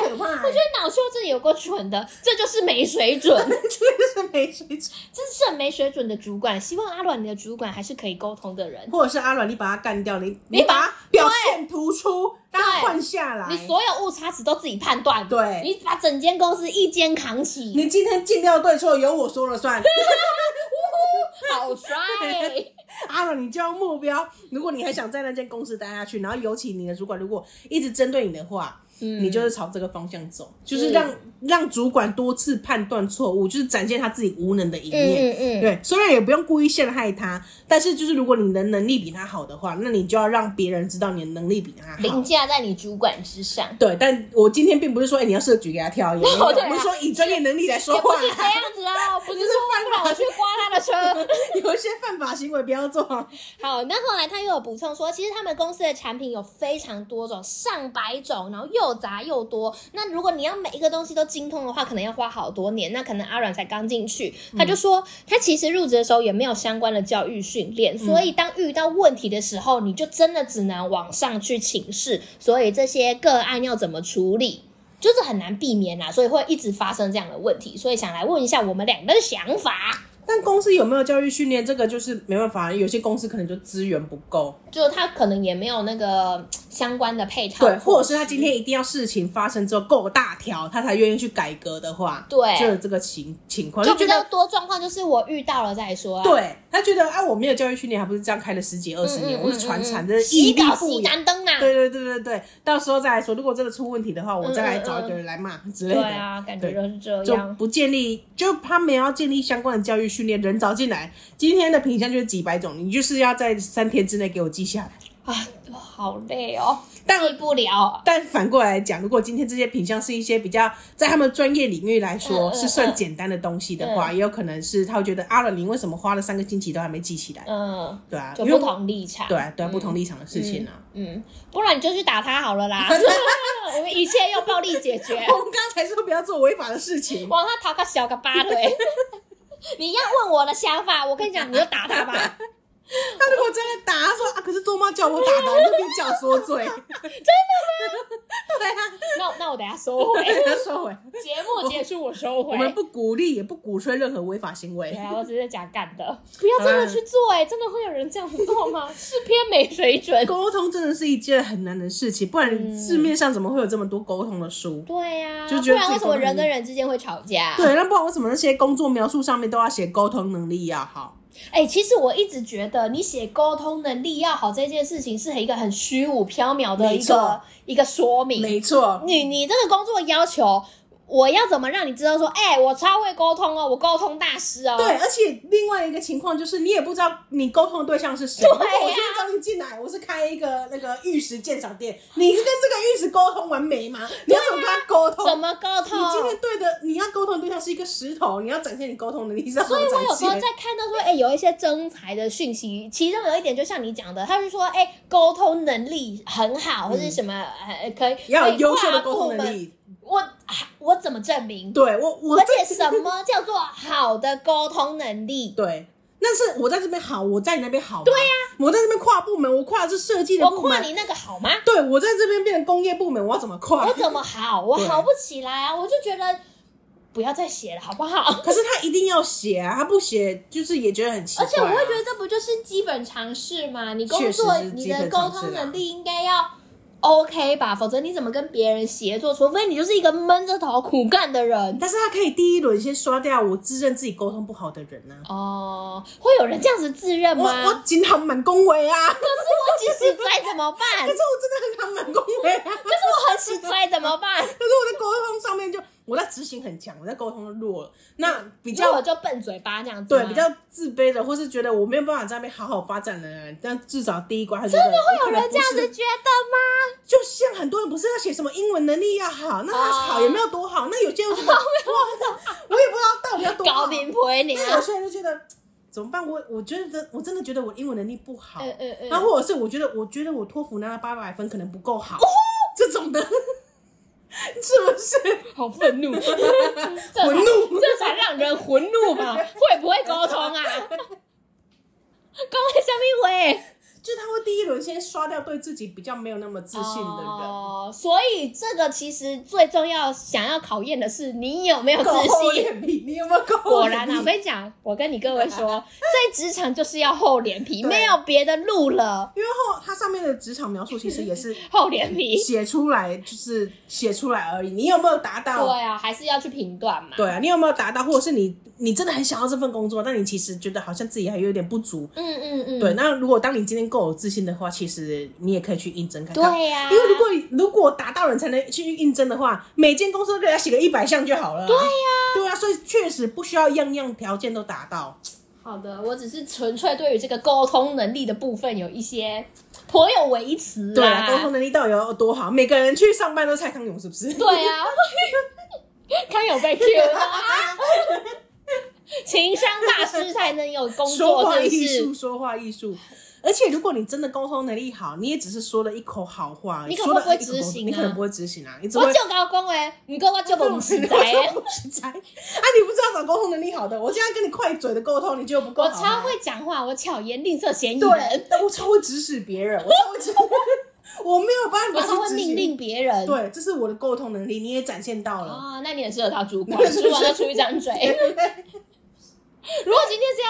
很可哦怕、欸。 我觉这脑秀真的有够蠢的，这就是没水准，得真的是没水准，这是很没水准的主管。希望阿软你的主管还是可以沟通的人，或者是阿软，你把他干掉，你你把把他表现突出，让他换下来。你所有误差值都自己判断，对你把整间公司一肩扛起，你今天尽料对错由我说了算。好 帅！阿软，你就要目标。如果你还想在那间公司待下去，然后尤其你的主管如果一直针对你的话，嗯你就是朝这个方向走，就是嗯让让主管多次判断错误，就是展现他自己无能的一面。嗯嗯嗯，对，虽然也不用故意陷害他，但是就是如果你的能力比他好的话，那你就要让别人知道你的能力比他好嗯凌。驾在你主管之上，对，但我今天并不是说，哎、你要设局给他跳，也没有 对啊我是说以专业能力来说也不话 是。这样子啊，不是说犯让法我去刮他的 车。有一些犯法行为不要做。好，那后来他又有补充说，其实他们公司的产品有非常多种，上百种，然后又杂又多。那如果你要每一个东西都精通的话，可能要花好多年。那可能阿软才刚进去，他就说、他其实入职的时候也没有相关的教育训练，所以当遇到问题的时候，你就真的只能往上去请示。所以这些个案要怎么处理？就是很难避免啦，啊所以会一直发生这样的问题，所以想来问一下我们两个的想法，但公司有没有教育训练，这个就是没办法，有些公司可能就资源不够，就是他可能也没有那个相关的配套，嗯对，或者是他今天一定要事情发生之后够大条，他才愿意去改革的话，对就有这个情情况，就觉比较得多状况，就是我遇到了再说、啊。对他觉得啊，我没有教育训练，还不是这样开了十几二嗯，十嗯年，嗯我是传产，嗯真的屹洗立稿不洗摇。干灯啊！对对对对对，到时候再来说，如果真的出问题的话，我再来找一个人来骂之类对的。啊，感觉就是这就样。不建立，就他们要建立相关的教育训练，人找进来。今天的品相就是几百种，你就是要在三天之内给我记下来。啊，好累哦，但记不了。啊但反过来讲，如果今天这些品相是一些比较在他们专业领域来说、嗯嗯嗯是算简单的东西的话，也有可能是他会觉得阿伦，你为什么花了三个星期都还没记起来？嗯，对啊，就因为不同嗯立场。对啊对啊、不同立场的事情啊。嗯，不然你就去打他好了 啦。我们一切用暴力解决，我们刚才说不要做违法的事情，往他讨个小个巴 腿。你要问我的想法，我跟你讲，你就打他吧。他如果真的打，他说啊，可是周妈叫我 打的，我就边叫说嘴， 那那我等下收回，啊对他 收回。节目结束我收回我。们不鼓励也不鼓吹任何违法行为对。啊，我只是讲干的， 不要真的去做、欸，哎，真的会有人这样子做吗？ 是偏没水准。沟通真的是一件很难的事情，不嗯然市面上怎么会有这么多沟通的书？ 对呀、就不觉得然为自己什不么能人跟人之间会吵架？ 对，那不然为什么那些工作描述上面都要写沟通能力要好？哎、其实我一直觉得你写沟通能力要好这件事情是一个很虚无缥缈的没一错个一个说明。没错，你你这个工作要求，我要怎么让你知道说，哎、我超会沟通哦，我沟通大师哦。对，而且另外一个情况就是，你也不知道你沟通的对啊象是谁。如果我今天找你进来，我是开一个那个玉石鉴赏店，你是跟这个玉石沟通完美吗？你要怎么跟他沟通？怎么沟通？哦你今天对的，你要沟通的对象是一个石头，你要展现你沟通能力，所所以我有时候在看到说，哎、有一些征才的讯息，其中有一点就像你讲的，他是说，哎、沟通能力很好，或是什么，呃，可以要有可以优秀的跨沟通部能门。力。我啊我怎么证明？对我，我啊而且什么叫做好的沟通能力？ 对，那是我在这边好，我在你那边好。对呀、我在这边跨部门，我跨的是设计的我部跨门。你那个 好吗？对，我在这边变成工业部门，我要怎么跨我？怎么好？我对好不起来啊！我就觉得不要再写了，好不好？可是他一定要写啊，他不写就是也觉得很奇怪、而啊。且我会觉得这不就是基本常识吗？你工作确实是你基本的常沟识啊通能力应该要 OK 吧，否则你怎么跟别人协作？除非你就是一个闷着头苦干的人但是他可以第一轮先刷掉我自认自己沟通不好的人啊。哦。会有人这样子自认我吗？我经常满恭维啊， 可我即使 拽怎么办？可是我真的很常满恭维啊。是我很喜拽怎么办？可是我在沟通上面就，我我在执行很强，我在沟通弱，啊那比比较我就笨嘴巴这样子吗，对比较自卑的，或是觉得我没有办法在那边好好发展的人，但至少第一关他真的会有人这样子觉得就像很多人不是要写什么英文能力要好，那他好也没有多好，那有些人 就觉得哇，我也不知道到底要多吗？好高。明陪你那有啊，些人就觉得怎么办？我我觉得我真的觉得我英文能力不好，嗯嗯嗯，然后或者是我觉得我觉得我托福拿了八百分可能不够好，哦这种的， 是不是？好愤 怒，这才混怒这才让人混怒吧？会不会沟通 啊？讲为什么喂？就他会第一轮先刷掉对自己比较没有那么自信的人。哦，所以这个其实最重要，想要考验的是你有没有自 够厚信。脸皮，你有没有够厚果脸然皮？啊，我跟你讲，我跟你各位说， 在职场就是要厚脸皮，对没有别的路了，因为后它哦上面的职场描述其实也是厚脸皮。写出来，就是写出来而已。你有没有达到？对啊，还是要去评断嘛。对啊，你有没有达到，或者是你你真的很想要这份工作，但你其实觉得好像自己还有点不足。嗯嗯嗯，对，那如果当你今天够有自信的话，其实你也可以去应征看看。对啊呀、因为如果如果达到了你才能去应征的话，每间公司都给他写个一百项就好了。对呀、对啊，所以确实不需要样样条件都达到。好的，我只是纯粹对于这个沟通能力的部分有一些颇有微词对啦。啊，沟通能力到底有多好？每个人去上班都蔡康永是不对是？啊，康有被 Q 啊， 情商大师才能有工说作，话真艺是术，。说话艺术。而且，如果你真的沟通能力好，你也只是说了一口好话，你可说了不会一口执行啊你可能不会执行啊，你只会我 就高光哎，你跟我就不实在欸不实在啊！你不知道找沟通能力好的，我现在跟你快嘴的沟通，你就不够我好超吗会讲话，我巧言令色，嫌疑人，对，但我超会指使 别人，我超会指，我没有办法我去超会执行命令。别人。对，这是我的沟通能力，你也展现到了。哦，那你很适合当主管，主管就出一张 嘴。如果今天是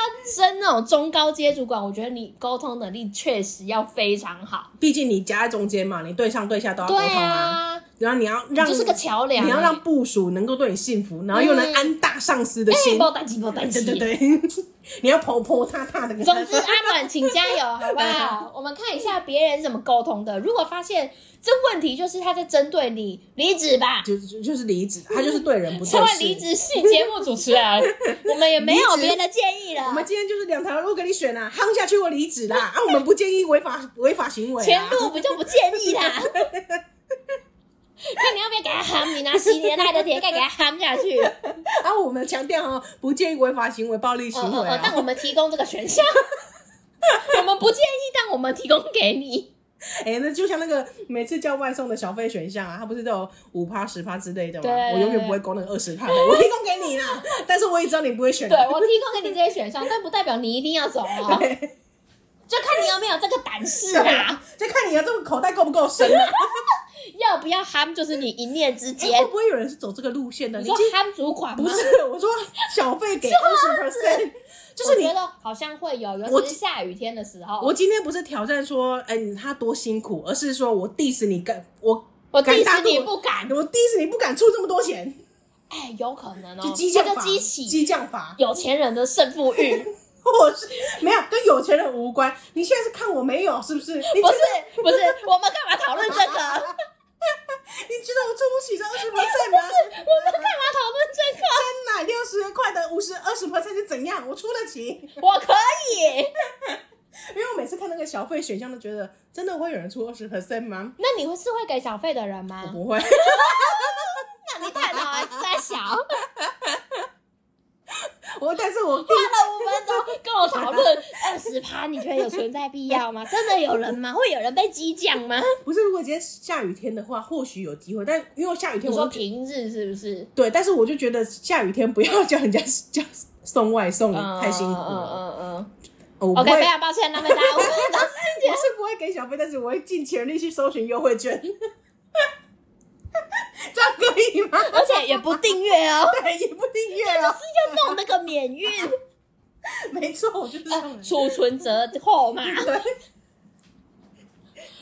要升那种中高阶主管，我觉得你沟通能力确实要非常好。毕竟你夹在中间嘛，你对上对下都要沟对通啊。啊，然后你要你让就是个桥梁欸。你要让部署能够对你幸福，然后又能嗯安大上司的哎，心不。担心，不担 对心。对对，你要婆婆踏踏 的给他总之，啊阿暖，请加油，好不 好？我们看一下别人怎么沟通的。如果发现这问题就是他在针对你，离职吧， 就就就是离职，他就是对人不千对万事。离职系节目主持人， 我们也没有离职别的建 议了。我们今天就是两条路给你选啦、啊，夯下去或离职啦。啊，我们不建议违法 违法行为、啊。前路不就不建议 啦。看你要不要给他含，你拿十年来的铁盖给他含下 去。嗯啊，我们强调哦，不建议违法行为、暴力行嗯为、嗯，但啊。我们提供这个选 项，我们不建议，但我们提供给你。哎、那就像那个每次叫外送的小费选项啊，它不是都有五趴、十趴之类的吗？对对对我永远不会勾那个二十 趴的，我提供给你啦。但是我也知道你不会选对啊。我提供给你这些选项，但不代表你一定要走哦，对，就看你有没有这个胆识对啊啊。， 就看你的这个口袋够不够 深啊。要不要含就是你一念之 哎会间。不会有人是走这个路线的？你你说今含主管吗 不？是我说小费给二十 percent，就是你我觉得好像会有，尤我其是下雨天的时候。我今天不是挑战说，哎、你他多辛苦，而是说我 diss 你敢，我我敢第一大时度你不敢，我 diss 你不敢出这么多钱，哎，有可能哦，就激这将就法，激起激将法，有钱人的胜负 欲，我是没有跟有钱人无关。你现在是看我没有是不是？你觉不得是不是，我们干嘛讨论这 个？我你觉得我出不起这二十 percent 吗？们干嘛讨论这个？真奶六十块的五十二十 percent 是怎样？我出得起，我可以。因为我每次看那个小费选项都觉得，真的会有人出二十 percent 吗？那你会是会给小费的人我吗？不会，那你太脑还是在小，花了我但 是我五分钟跟我讨论二十趴，你觉得有存在必要吗？真的有人吗？会有人被激将吗？不是如果今天下雨天的话，或许有机会，但因为下雨你天我说就平日是不是？对，但是我就觉得下雨天不要叫人家叫送外送，太辛苦了。嗯嗯嗯我嗯。不 OK，会，非我常抱歉，浪费大家五分钟 时间。是不会给小费，但是我会尽全力去搜寻优惠券。 这样可以吗？ 而且也不订阅哦， 对，也不订阅就了。是要弄那个免运，没错，我就是这样人。储存折扣嘛。 对，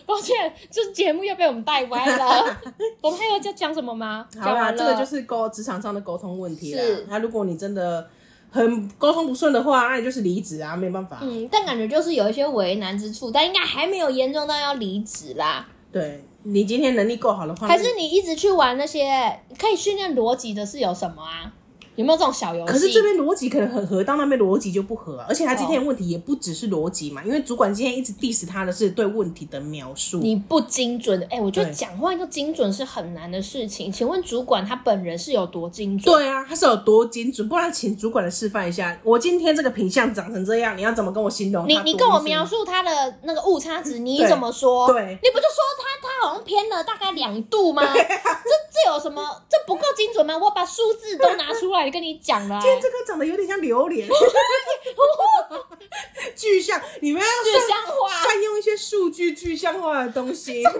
抱歉，这节目又被我们带歪 了。我们还有在讲什么吗？好讲啦，完了，这个就是沟职场上的沟通问题啦是。那、如果你真的很沟通不顺的话，那你就是离职啊，没办法。嗯，但感觉就是有一些为难之处，但应该还没有严重到要离职啦。对你今天能力够好的话，还是你一直去玩那些可以训练逻辑的是有什么啊？有没有这种小游戏？可是这边逻辑可能很合，到那边逻辑就不合啊、而且他今哦天的问题也不只是逻辑嘛，因为主管今天一直 diss 他的是对问题的描述。你不精准的，哎、我觉得对讲话要精准是很难的事情。请问主管他本人是有多精准？对啊，他是有多精准？不然请主管来示范一下，我今天这个品相长成这样，你要怎么跟我形容它你多你跟我精描准述他的那个误差值，你对怎么说？对你不就说他他好像偏了大概两度吗？这这有什么？这不够精准吗？我把数字都拿出来跟你讲了、 今天这个长得有点像榴莲， 具象，你们要具善象啊化善用一些数据具象化的东西，不然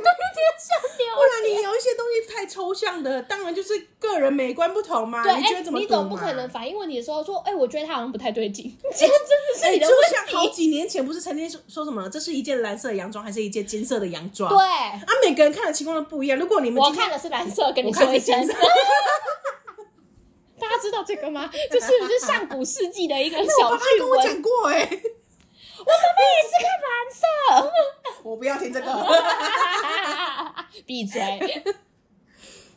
你有一些东西太抽象的，当然就是个人美观不同嘛，对，你觉得哎，怎么啊你赌总不嘛可能反映问题的时候说，哎、我觉得他好像不太对劲， 这个真的是哎，你的就像好问题。几年前不是曾经说说什么，这是一件蓝色的洋装，还是一件金色的洋装？啊，对，每个人看的情况都不一样。如果你们我今天看的是蓝色，跟你我看说一是声金色。 大家知道这个吗？这是不是上古世纪的一个我小爸爸趣跟我闻？讲过哎、 我们也是看蓝色。我不要听这个。 闭嘴！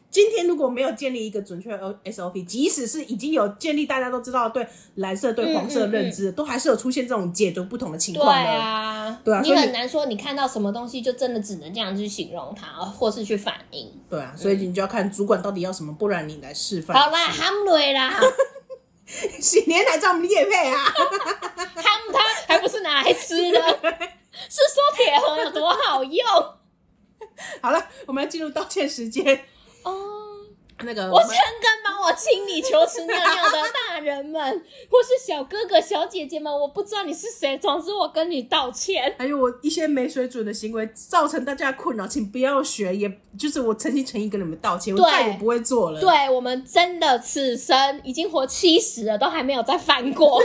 今天如果没有建立一个准确的 SOP，即使是已经有建立大家都知道对蓝色、对黄色的认知，都还是有出现这种解读不同的情嗯对况的。啊，对啊你所以很你难说你看到什么东西就真的只能这样去形容它，或是去反应。对啊，所以你就要看主管到底要什么，不然你来示嗯范。好啦，，ham 瑞啦，几年来找我们叶配啊， ham 它还不是拿来吃的，是说铁盒有多好用好了，我们要进入道歉时间。 哦。那个我们想跟帮我清理求屎尿尿的大人们，或是小哥哥小姐姐们，我不知道你是谁，总之我跟你道歉。还有我一些没水准的行为造成大家的困扰，请不要学，也就是我诚心诚意跟你们道歉，我对再也不会做了。，对我们真的此生已经活七十了，都还没有再犯 过，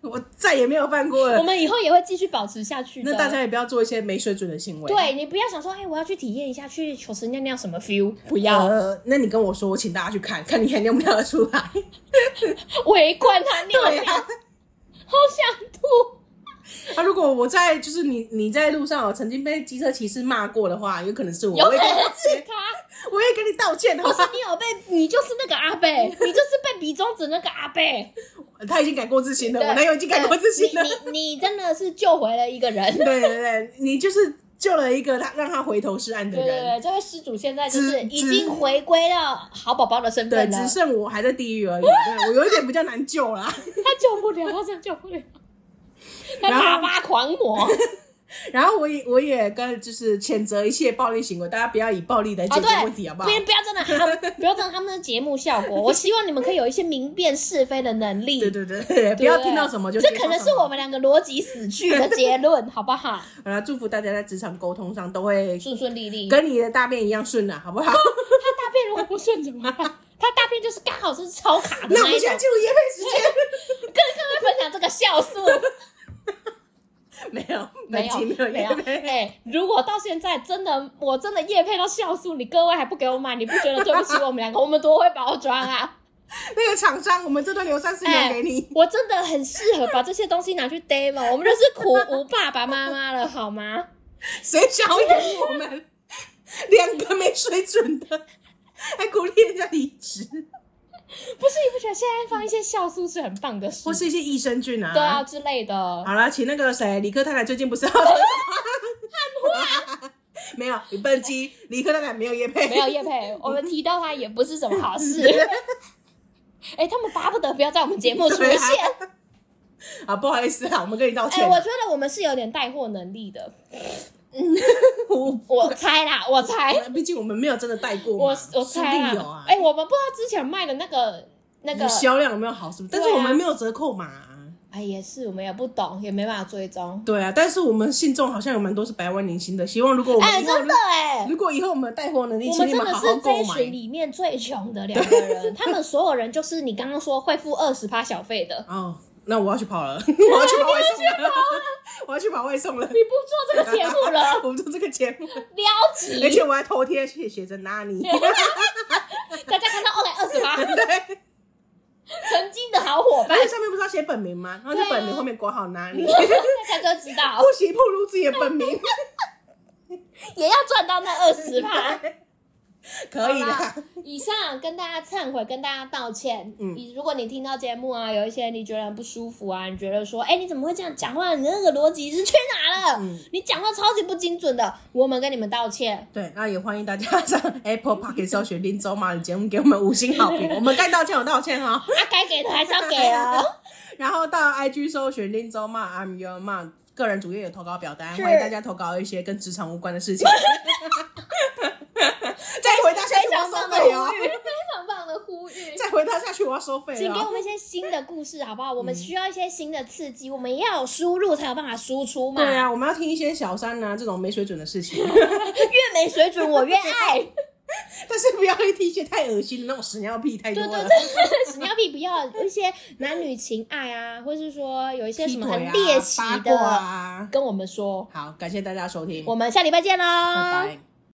我再也没有犯过我了。们以后也会继续保持下去的。那大家也不要做一些没水准的行为。，对你不要想说，哎、我要去体验一下去求神尿尿什么 feel，不要呃，那你跟我说，我请大家去看看你还尿不尿得出来。围观他尿 对尿，啊，好想吐。啊，如果我在就是你你在路上哦，曾经被机车骑士骂过的话，有可能是我，有我可也跟能你是他，我也跟你道歉，好或吧是？你有被，你就是那个阿贝，你就是被比中指那个阿贝。他已经改过自新了，对我男友已经改过自新了。你你你真的是救回了一个 人，对对对对，你就是救了一个他让他回头是岸的对人。对，这位施主现在就只是已经回归到好宝宝的身对，份了只，剩我还在地狱 而已。对我有一点比较难救啦。 他救不了，他真的救不了， 他然后喇叭狂魔然后我也我也跟就是谴责一切暴力行为，大家不要以暴力来啊，解决问题，对，好不好不？要不要真的他们，不要真的他们的节目效果，我希望你们可以有一些明辨是非的能力，对对对对，对 不对要听到什么就这接受可能什是么我们两个逻辑死去的结论，好不 好？好了，祝福大家在职场沟通上都会顺顺利利。他跟你的大便一样顺了，好 不好？大便如果不顺怎么办？他大便就是刚好是超卡的那那我一种们现在。进入夜配时 间。跟各位分享这个酵素，没有，没本有集没有没夜有。配。哎，如果到现在真的我真的夜配到酵素，你各位还不给我买，你不觉得对不起我们两个？我们多会包装啊！ 那个厂商，我们这段留三十秒哎，给你。我真的很适合把这些东西拿去 demo，我们就是苦无爸爸妈妈了，好吗？谁想要赢我们？ 两个没水准的，还鼓励人家离 职，不是你不觉得现在放一些酵素是很棒的事或？是一些益生菌啊？对啊，。之类 的。好了，请那个谁，理科太太最近不是要 没有，本期理科太太没有叶配，没有叶佩，我们提到他也不是什么好事。 哎、他们巴不得不要在我们节目出 对现。啊 啊，不好意思啊，我们跟你道哎、歉。我觉得我们是有点带货能力的，我我猜啦，哎我猜， 毕竟我们没有真的带过嘛，我我说猜不定有啦啊。。哎、我们不知道之前卖的那个那你个，销量有没有好？是不是？但是对啊我们没有折扣码。哎、也是我们也不懂，也没办法追踪。对啊，但是我们信众好像有蛮多是百万年薪的，希望如果我哎、们以后真的哎、如果以后我们有带货能力，我请们你真的好好是这购一买。群里面最穷的两个人，他们所有人就是你刚刚说会付二十趴小费的，哦，那我要去 跑了，我要去跑外送了，我要去跑外送 了。，你不做这个节目了 我们做这个节目，撩急 而。且我还头贴写写着 哪里。大家看到 OK 二十八，对，曾经的好伙而伴， 且上面不是要写本名吗？然后就本名后面括号哪里，啊大家就知道不行，暴露自己的本名。也要赚到那二十趴。对 可以好啦啦。以上跟大家忏悔，跟大家道歉。嗯你如果你听到节目啊，有一些你觉得很不舒服啊，你觉得说，哎、你怎么会这样讲话？你那个逻辑是去哪了？嗯你讲话超级不精准的，我们跟你们道歉。对，那也欢迎大家上 Apple Park 搜寻林州马的节目，给我们五星好 评。我们该道歉有道歉哈、啊，该给的还是要给 哦。然后到 IG 搜寻林州骂 I'm Your Mom，个人主页有投稿表单，是欢迎大家投稿一些跟职场无关 的事情。再回答下去非我常要棒收的费哦呼！吁， 非常棒的呼 吁。再回答下去我要收费请给我哦！们一些新的故事好不好？嗯我们需要一些新的刺激，我们要有输入才有办法输出嘛。对啊，我们要听一些小三啊这种没水准的事 情，越没水准我越爱。但是不要听一些太恶心的那种屎尿屁太多对了。对对，屎尿屁不要一些男女情爱啊，或是说有一些什劈么腿很啊猎奇八的，卦啊。跟我们说。好，感谢大家收听，我们下礼拜见喽，拜拜。